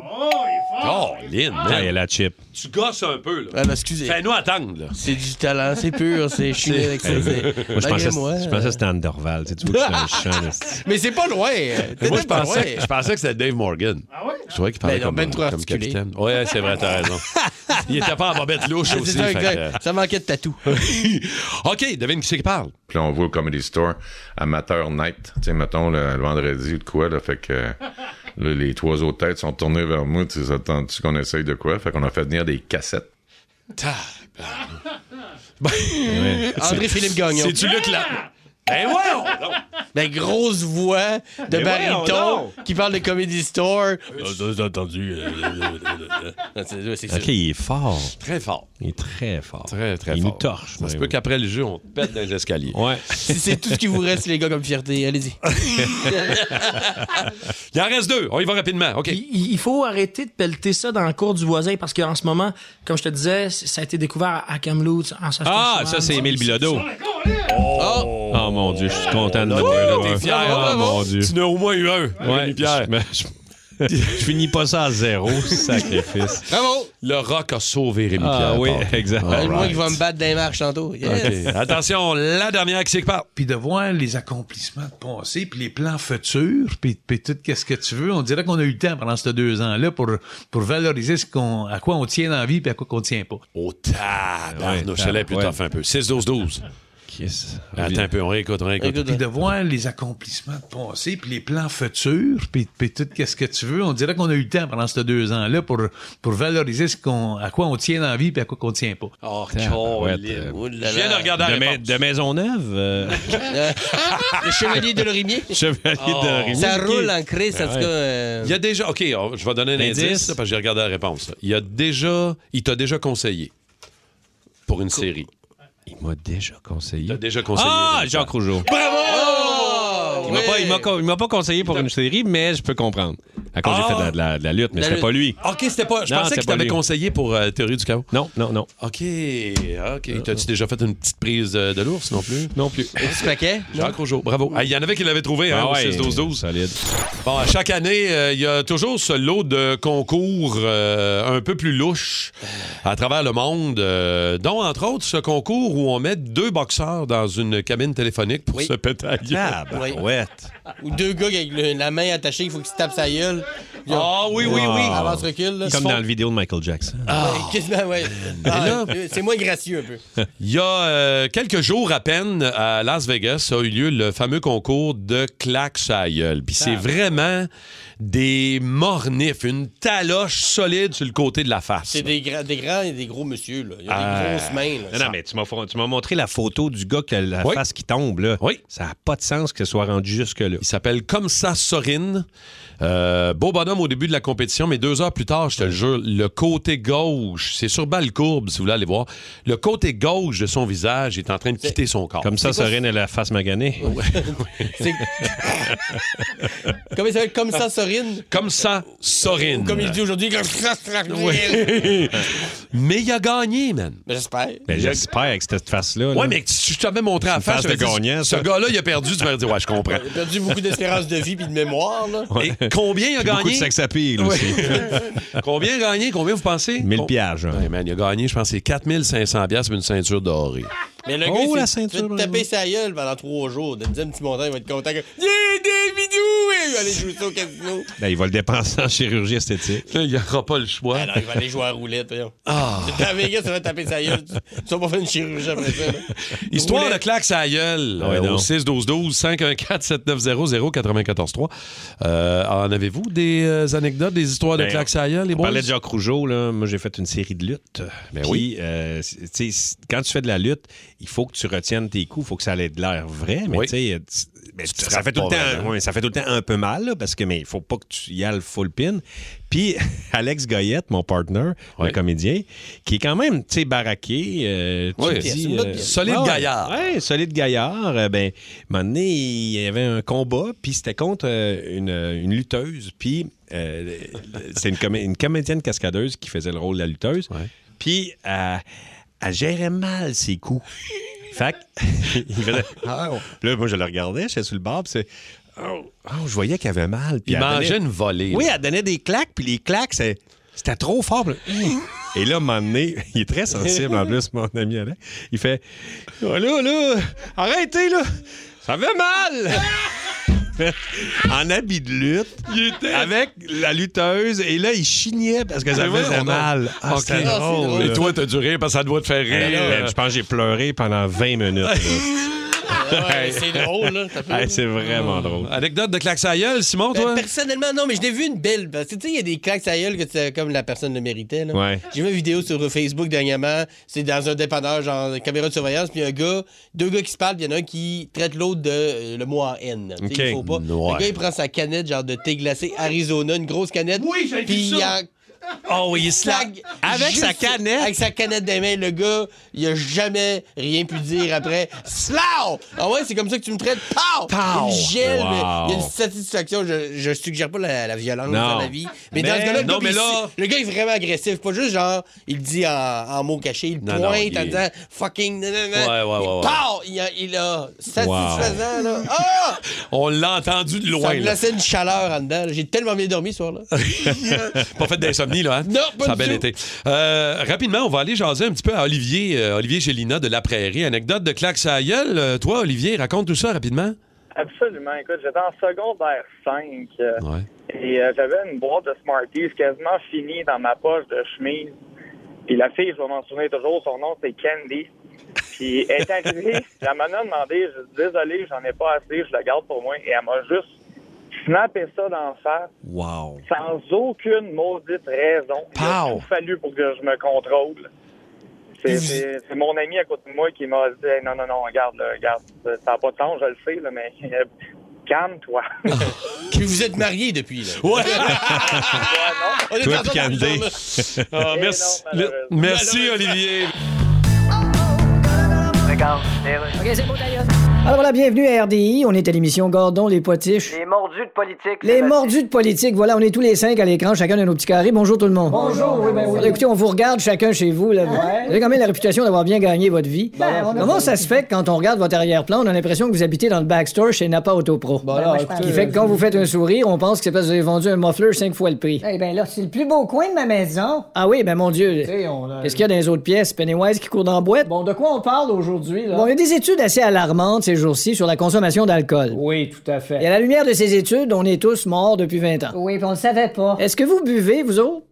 Oh, Lynn, man. Ah, il y a la chip. Tu gosses un peu, là. Ah, ben, excusez. Fais-nous attendre, là. C'est du talent, c'est pur, c'est je suis né avec ça. Hey, c'est- moi, je Malgré pensais, moi, je euh, pensais que c'était Andorval. Tu sais, tu vois que c'est un champ. c'est- Mais c'est pas loin. Mais moi, je pensais, je pensais que c'était Dave Morgan. Ah ouais? Je trouvais qu'il parlait Ben, ils ont comme, ben trop comme articulé. capitaine. Ouais, c'est vrai, t'as raison. Il était pas en bobette louche Ah, c'est aussi. ça, fait exact. ça manquait de tatou. que- OK, devine qui c'est qui parle. Puis là, on voit au Comedy Store Amateur Night. Tu sais, mettons, le, le vendredi ou de quoi, là. Fait que euh, là, les trois autres têtes sont tournées vers moi. Tu sais, attends-tu qu'on essaye de quoi? Fait qu'on a fait venir des cassettes. André-Philippe Gagnon. C'est-tu Luc là? Ben ouais! Ben, grosse voix de Mais voyons baryton donc. qui parle de Comedy Store. J'ai entendu. Ah, OK, il est fort. Très fort. Il est très fort. Très, très il fort. nous torche. Ça se même. peut qu'après le jeu, on te pète dans les escaliers. Ouais. Si c'est tout ce qui vous reste, les gars, comme fierté, allez-y. Il en reste deux. On y va rapidement. OK. Il il faut arrêter de pelleter ça dans la cour du voisin parce qu'en ce moment, comme je te disais, c- ça a été découvert à Kamloops en s'achetant Ah, souvent. ça, c'est Émile Bilodeau. Oh! Oh mon Dieu, je suis content de Là, me t'es- là, voir. t'es fier. hein? Oh Bravo. mon Dieu. Ah, Tu n'as au moins eu un. Ouais, Rémi Pierre. Je, je- je finis pas ça à zéro, sacrifice. Bravo! Le rock a sauvé Rémi Pierre. Ah oui, Paul. exact. Ben, Moi qui va me battre dans les marches tantôt. Yes. OK. Attention, la dernière qui c'est qui parle. Puis de voir les accomplissements passés, puis les plans futurs, puis, puis tout qu'est-ce que tu veux. On dirait qu'on a eu le temps pendant ces deux ans-là pour, pour valoriser ce qu'on, à Oh, quoi on tient dans la vie puis à quoi qu'on tient pas. Au tab. Arnaud Chalet, plus ouais. tough un peu. 6-12-12. Attends un peu, on réécoute, on réécoute. Puis de voir les accomplissements de passé, puis les plans futurs, puis, puis tout qu'est-ce que tu veux. On dirait qu'on a eu le temps pendant ces deux ans-là pour, pour valoriser ce qu'on, à quoi on tient dans la vie puis à quoi on tient pas. Oh, Tabarouette, Colin, euh, oh oulala. Je viens de regarder la de, ma- réponse. de Maisonneuve. euh, Le chevalier de l'Orimier. Chevalier de Oh. la Rivière. Ça roule en crise, en tout cas. euh, Il y a déjà. OK, on- je vais donner un Indice. indice, là, parce que j'ai regardé la réponse. là. Il y a déjà. Il t'a déjà conseillé pour une série. Il m'a déjà conseillé. Il t'a déjà conseillé. Ah, Rémi. Jacques Rougeau. Oh! Il m'a pas- il m'a con- il m'a pas, conseillé pour une série, mais je peux comprendre. À cause j'ai fait de la, de la- de la lutte, mais Ah! c'était La lutte. pas lui. OK, c'était pas. Je Non, pensais c'était qu'il pas t'avait lui. conseillé pour euh, Théorie du chaos. Non, non, non. OK, OK. T'as-tu déjà fait une petite prise euh, de l'ours non plus? Non plus. Petit paquet? Jacques Rougeau, bravo. Ah, Il y en avait qui l'avaient trouvé, hein, Ah au ouais, 6-12-12. Solide. Bon, à chaque année, euh, il y a toujours ce lot de concours euh, un peu plus louches à travers le monde, euh, dont entre autres ce concours où on met deux boxeurs dans une cabine téléphonique pour Oui. se péter la gueule. Ah, bah, Oui. Ou deux gars avec le- la main attachée, il faut qu'ils se tapent sa gueule. Ah oui, oui, oui. Avance, recul. là. Comme Ils se dans font- le vidéo de Michael Jackson. Ouais, quasiment, ouais. Ah, euh, C'est moins gracieux un peu. Il y a euh, quelques jours à peine, à Las Vegas, a eu lieu le fameux concours de claque sa gueule. Puis Ah. c'est vraiment des mornifs, une taloche solide sur le côté de la face. C'est des, gra- des grands et des gros monsieur, là. Ils ont Ah. des grosses mains, là. Non, non, mais tu m'as, fo- tu m'as montré la photo du gars qui a la Oui. face qui tombe. Là. Oui. Ça n'a pas de sens que ce soit rendu jusque-là. Il s'appelle Comme ça Sorine. Euh, beau bonhomme au début de la compétition, mais deux heures plus tard, je te le jure, le côté gauche, c'est sur balle courbe si vous voulez aller voir, le côté gauche de son visage est en train de quitter son corps. Comme ça, Sorine, elle a la face maganée. C'est- Comment il s'appelle? Comme ça, Sorine? Comme ça, Euh, Sorine. Comme il dit aujourd'hui, comme ça, Sorine. Mais il a gagné, man. Ben, J'espère. Ben, j'espère que cette face-là. là. Ouais, mais si je t'avais montré la une face, face je me de dis, gagnant, ce ça. gars-là, il a perdu, tu m'aurais dit, ouais, je comprends. Il a perdu beaucoup d'espérance de vie et de mémoire, là. Ouais. Et combien il a Puis Beaucoup de gagné? sexe à pile aussi. Combien il a gagné? Combien vous pensez? 1000 Com- pièges. genre. Ouais, man, il a gagné, je pense, c'est 4500 piastres pour une ceinture dorée. Mais le Oh, gars, il la s'est- il s'est ceinture, tapé sa gueule pendant trois jours. De dire un petit montant, il va être content. que, Yeah, des vidéos! Il va aller jouer ça au casino. Ben, il va le dépenser en chirurgie esthétique. Là, il n'y aura pas le choix. Alors, Ben il va aller jouer à la roulette, voyons. Ah. Tu à Vegas, ça va taper sa gueule. Tu tu vas pas faire une chirurgie après ça, là. Histoire de Roulette. claque sa gueule Ah ouais, euh, au donc. 6-12-12-514-7900-943. Euh, en avez-vous des euh, anecdotes, des histoires de Ben, claque sa gueule, les On boys? parlait de Jacques Rougeau, là. Moi, j'ai fait une série de luttes. Ben Puis, oui. euh, c- tu sais, c- quand tu fais de la lutte, il faut que tu retiennes tes coups, il faut que ça ait de l'air vrai, mais Oui. tu sais, euh, tu- mais Tu te ça fait frappes tout le pas temps, vraiment. ouais, ça fait tout le temps un peu mal, là, parce que mais il faut pas que tu y ailles full pin. Puis Alex Goyette, mon partner, Oui. le comédien, qui est quand même, tu sais, baraqué, euh, tu Oui. dis, C'est une autre pièce. Solide ouais, gaillard. Ouais, solide gaillard. Euh, ben, un moment donné, il y avait un combat, puis c'était contre euh, une, euh, une lutteuse, puis euh, c'est une, comé- une comédienne cascadeuse qui faisait le rôle de la lutteuse, Ouais. puis euh, elle gérait mal ses coups. fait que, il faisait- Ah, oh. Puis là, moi, je le regardais, j'étais sous le bar, puis c'est... Oh, oh, je voyais qu'elle avait mal. puis Il elle mangeait donnait- une volée. oui, elle donnait des claques, puis les claques, c'est- c'était trop fort. puis là, Hum. Et là, à un moment donné, il est très sensible en plus, mon ami Alain. Il fait Oh Là, là, arrêtez, là, ça fait mal! en habit de lutte, avec la lutteuse, et là, il chignait parce que ça Mais faisait voyons mal. donc. Ah, Ok. c'était Ah, c'est drôle, drôle. là. Et toi, t'as du rire parce que ça doit te faire Eh, rire. euh. ben, je pense que j'ai pleuré pendant 20 minutes. là. Ouais, c'est drôle, là. T'as Eh, fait- c'est vraiment drôle. Anecdote de claque sa gueule, Simon, Ben, toi? personnellement, non, mais je l'ai vu une belle. Parce que, tu sais, il y a des claques à gueule que c'est comme la personne le méritait. là. Ouais. J'ai vu une vidéo sur euh, Facebook dernièrement. C'est dans un dépanneur, genre caméra de surveillance. Puis il y a un gars, deux gars qui se parlent. Puis il y en a un qui traite l'autre de euh, le mot en haine. Tu sais, Ok. Il faut pas. Ouais. Le gars, il prend sa canette, genre de thé glacé Arizona, une grosse canette. Oui, j'ai Puis il en Oh, il se claque. Avec sa canette? Avec sa canette des mains. Le gars, il a jamais rien pu dire après. Slow! Ah ouais, c'est comme ça que tu me traites. Pow! Pow! Il gèle, mais Wow. il y a une satisfaction. Je, je suggère pas la, la violence Non. dans la vie. Mais, Mais- dans ce cas-là, le, non, gars, mais il- là- le gars est vraiment agressif. Pas juste genre, il dit en, en mots cachés, il Non, pointe non, en il est- disant fucking. nan, nan, nan. Ouais, ouais, ouais, ouais. Pow! Il a, il a satisfaisant, là. Ah! On l'a entendu de Ça loin. me là. laissait une chaleur en dedans. là. J'ai tellement bien dormi ce soir-là. pas fait d'insomnie, là, hein? Non, pas Ça a du bien tout. été. Euh, rapidement, on va aller jaser un petit peu à Olivier, euh, Olivier Gélina de La Prairie. Anecdote de claque sa gueule. Euh, toi, Olivier, raconte tout ça rapidement. Absolument. Écoute, j'étais en secondaire 5 euh, Ouais. et euh, j'avais une boîte de Smarties quasiment finie dans ma poche de chemise. Puis la fille, je vais m'en souvenir toujours, son nom c'est Candy. Puis elle est arrivée, puis elle m'en a demandé, je dis, désolé, j'en ai pas assez, je le garde pour moi. Et elle m'a juste snappé ça dans le fer Wow. sans aucune maudite raison. Il a Oh. Pow! tout fallu pour que je me contrôle. C'est- C'est c'est mon ami à côté de moi qui m'a dit Hey, non, non, non, regarde, là, regarde, ça n'a pas de sens, je le sais, là, mais euh, calme-toi. Que vous êtes mariés depuis, là. Ouais. On est Toi partis puis dans le Candé. genre, là. Ah, merci, merci Olivier. OK, c'est bon, d'ailleurs. Alors voilà, bienvenue à RDI. On est à l'émission Gordon, les potiches. Les mordus de politique. Les mordus de politique, voilà, on est tous les cinq à l'écran, chacun de nos petits carrés. Bonjour tout le monde. Bonjour, oui, ben oui. Alors, écoutez, on vous regarde chacun chez vous. Là. Vous avez quand même la réputation d'avoir bien gagné votre vie. Ben, on a Comment fait- ça se fait que quand on regarde votre arrière-plan, on a l'impression que vous habitez dans le backstore chez Napa Auto Pro? alors, moi, je Ben écoutez, qui fait que quand vous faites un sourire, on pense que c'est parce que vous avez vendu un muffler cinq fois le prix. Eh ben là, c'est le plus beau coin de ma maison. Ah oui, ben mon Dieu. Tu sais, on a- Qu'est-ce qu'il y a dans les autres pièces? Pennywise qui court dans la boîte? Bon, de quoi on parle aujourd'hui, là? Bon, il y a des études assez alarmantes ces jours-ci sur la consommation d'alcool. Oui, tout à Et fait. à la lumière de ces études, on est tous morts depuis 20 ans. Oui, puis on le savait pas. Est-ce que vous buvez, vous autres?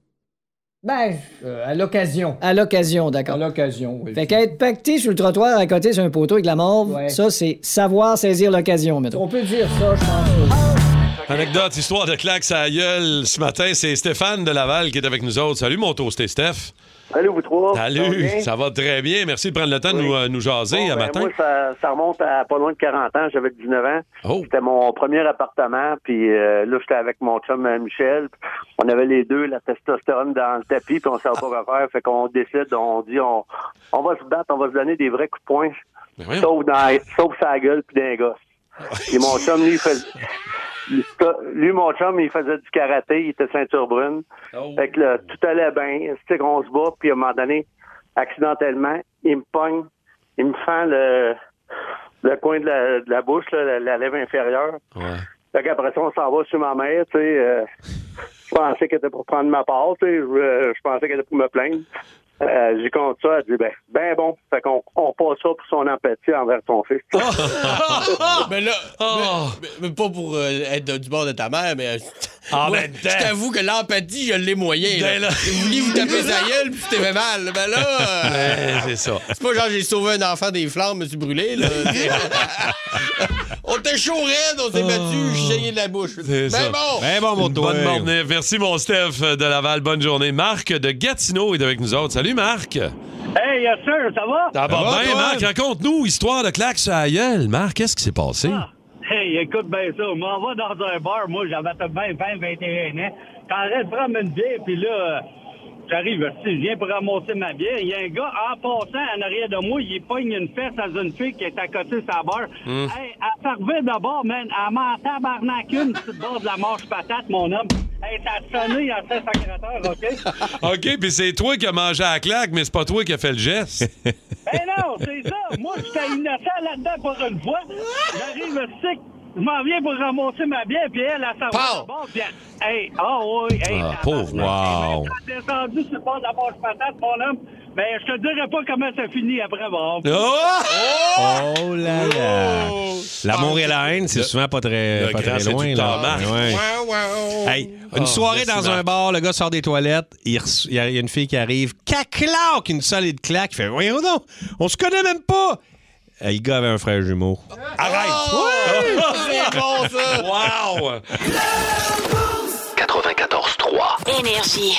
Ben, euh, à l'occasion. À l'occasion, d'accord. À l'occasion, oui. Fait qu'être pacté sur le trottoir à côté sur un poteau avec la morve, Ouais. ça, c'est savoir saisir l'occasion, mettons. On peut dire ça, je pense. Anecdote, histoire de claque à gueule ce matin, c'est Stéphane de Laval qui est avec nous autres. Salut mon toasté Steph. Salut, vous trois. Salut, ça va très bien. Merci de prendre le temps de nous, euh, nous jaser Bon, à ben, matin. Moi, ça, ça remonte à pas loin de 40 ans. J'avais 19 ans. C'était mon premier appartement. Puis euh, là, j'étais avec mon chum euh, Michel. On avait les deux la testostérone dans le tapis, puis on savait pas quoi faire. Fait qu'on décide, on dit, on, on va se battre, on va se donner des vrais coups de poing. Sauf, dans, sauf sa gueule, puis d'un gosse. Puis mon chum, lui, il faisait... Lui, mon chum, il faisait du karaté, il était ceinture brune. Fait que là, tout allait bien. C'était qu'on se bat, puis à un moment donné, accidentellement, il me pogne, il me fend le, le coin de la, de la bouche, là, la, la lèvre inférieure. Fait qu'après ça, on s'en va sur ma mère, tu sais. euh, je pensais qu'elle était pour prendre ma part, tu sais. Je, euh, je pensais qu'elle était pour me plaindre. Euh, J'ai compte ça, elle dit, ben, ben bon. Fait qu'on on passe ça pour son empathie envers son fils. mais là, mais, mais- mais pas pour euh, être de- du bord de ta mère, mais. euh, Ah, moi, ben, je t'avoue que l'empathie, je l'ai moyen. Ben là. Là. Vous vouliez vous taper sa gueule, puis tu t'es fait mal. Ben là. euh, Ouais, c'est ça. C'est pas genre j'ai sauvé un enfant des flammes, je me suis brûlé, là. on était chaud raide, on s'est battu, j'ai gagné de la bouche. Ah. C'est Mais ça. Ben Ben bon! Une Bonne journée. Merci, mon Steph euh, de Laval. Bonne journée. Marc de Gatineau est avec nous autres. Salut, Marc. Hey, yes, sir, ça va? Ça va bien, Marc? Raconte-nous, histoire de claque sur la gueule. Marc, qu'est-ce qui s'est passé? Ah. Hey, écoute bien ça. On m'en va dans un bar. Moi, j'avais à peu près 20, 21 ans. Quand reste prendre une bière, puis là, euh, j'arrive, si je viens pour ramasser ma bière. Il y a un gars, en passant en arrière de moi, il pogne une fesse dans une fille qui est à côté de sa barre. Mmh. Hmm. Hey, elle servait d'abord, man. Elle m'en tabarnak une sur le bord de la marche patate, mon homme. Hey, ça a sonné en 16 OK? OK, puis c'est toi qui as mangé la claque, mais c'est pas toi qui as fait le geste. Ben non, c'est ça. Moi, j'étais innocent là-dedans pour une fois. J'arrive sec. Je m'en viens pour ramasser ma bière, puis elle, elle s'en va de bord, puis elle... Hey, oh oui, hey, Ah, pauvre. Wow. elle est descendue sur le bord de la poche patate, mon homme. Ben, je te dirai pas comment ça finit après, bon. Oh là là! L'amour et la haine, c'est souvent pas très, Oh! le pas grand très loin. séducteur, là. Marc. Ouais. Hey, une Oh, soirée merci, dans Marc. un bar, le gars sort des toilettes, il, reço- il y a il y a une fille qui arrive, claque une solide claque, il fait Voyons donc, on se connaît même pas! Euh, Le gars avait un frère jumeau. Arrête! Ah, Ouais! C'est bon, ça! Wow! 94.3. Énergie.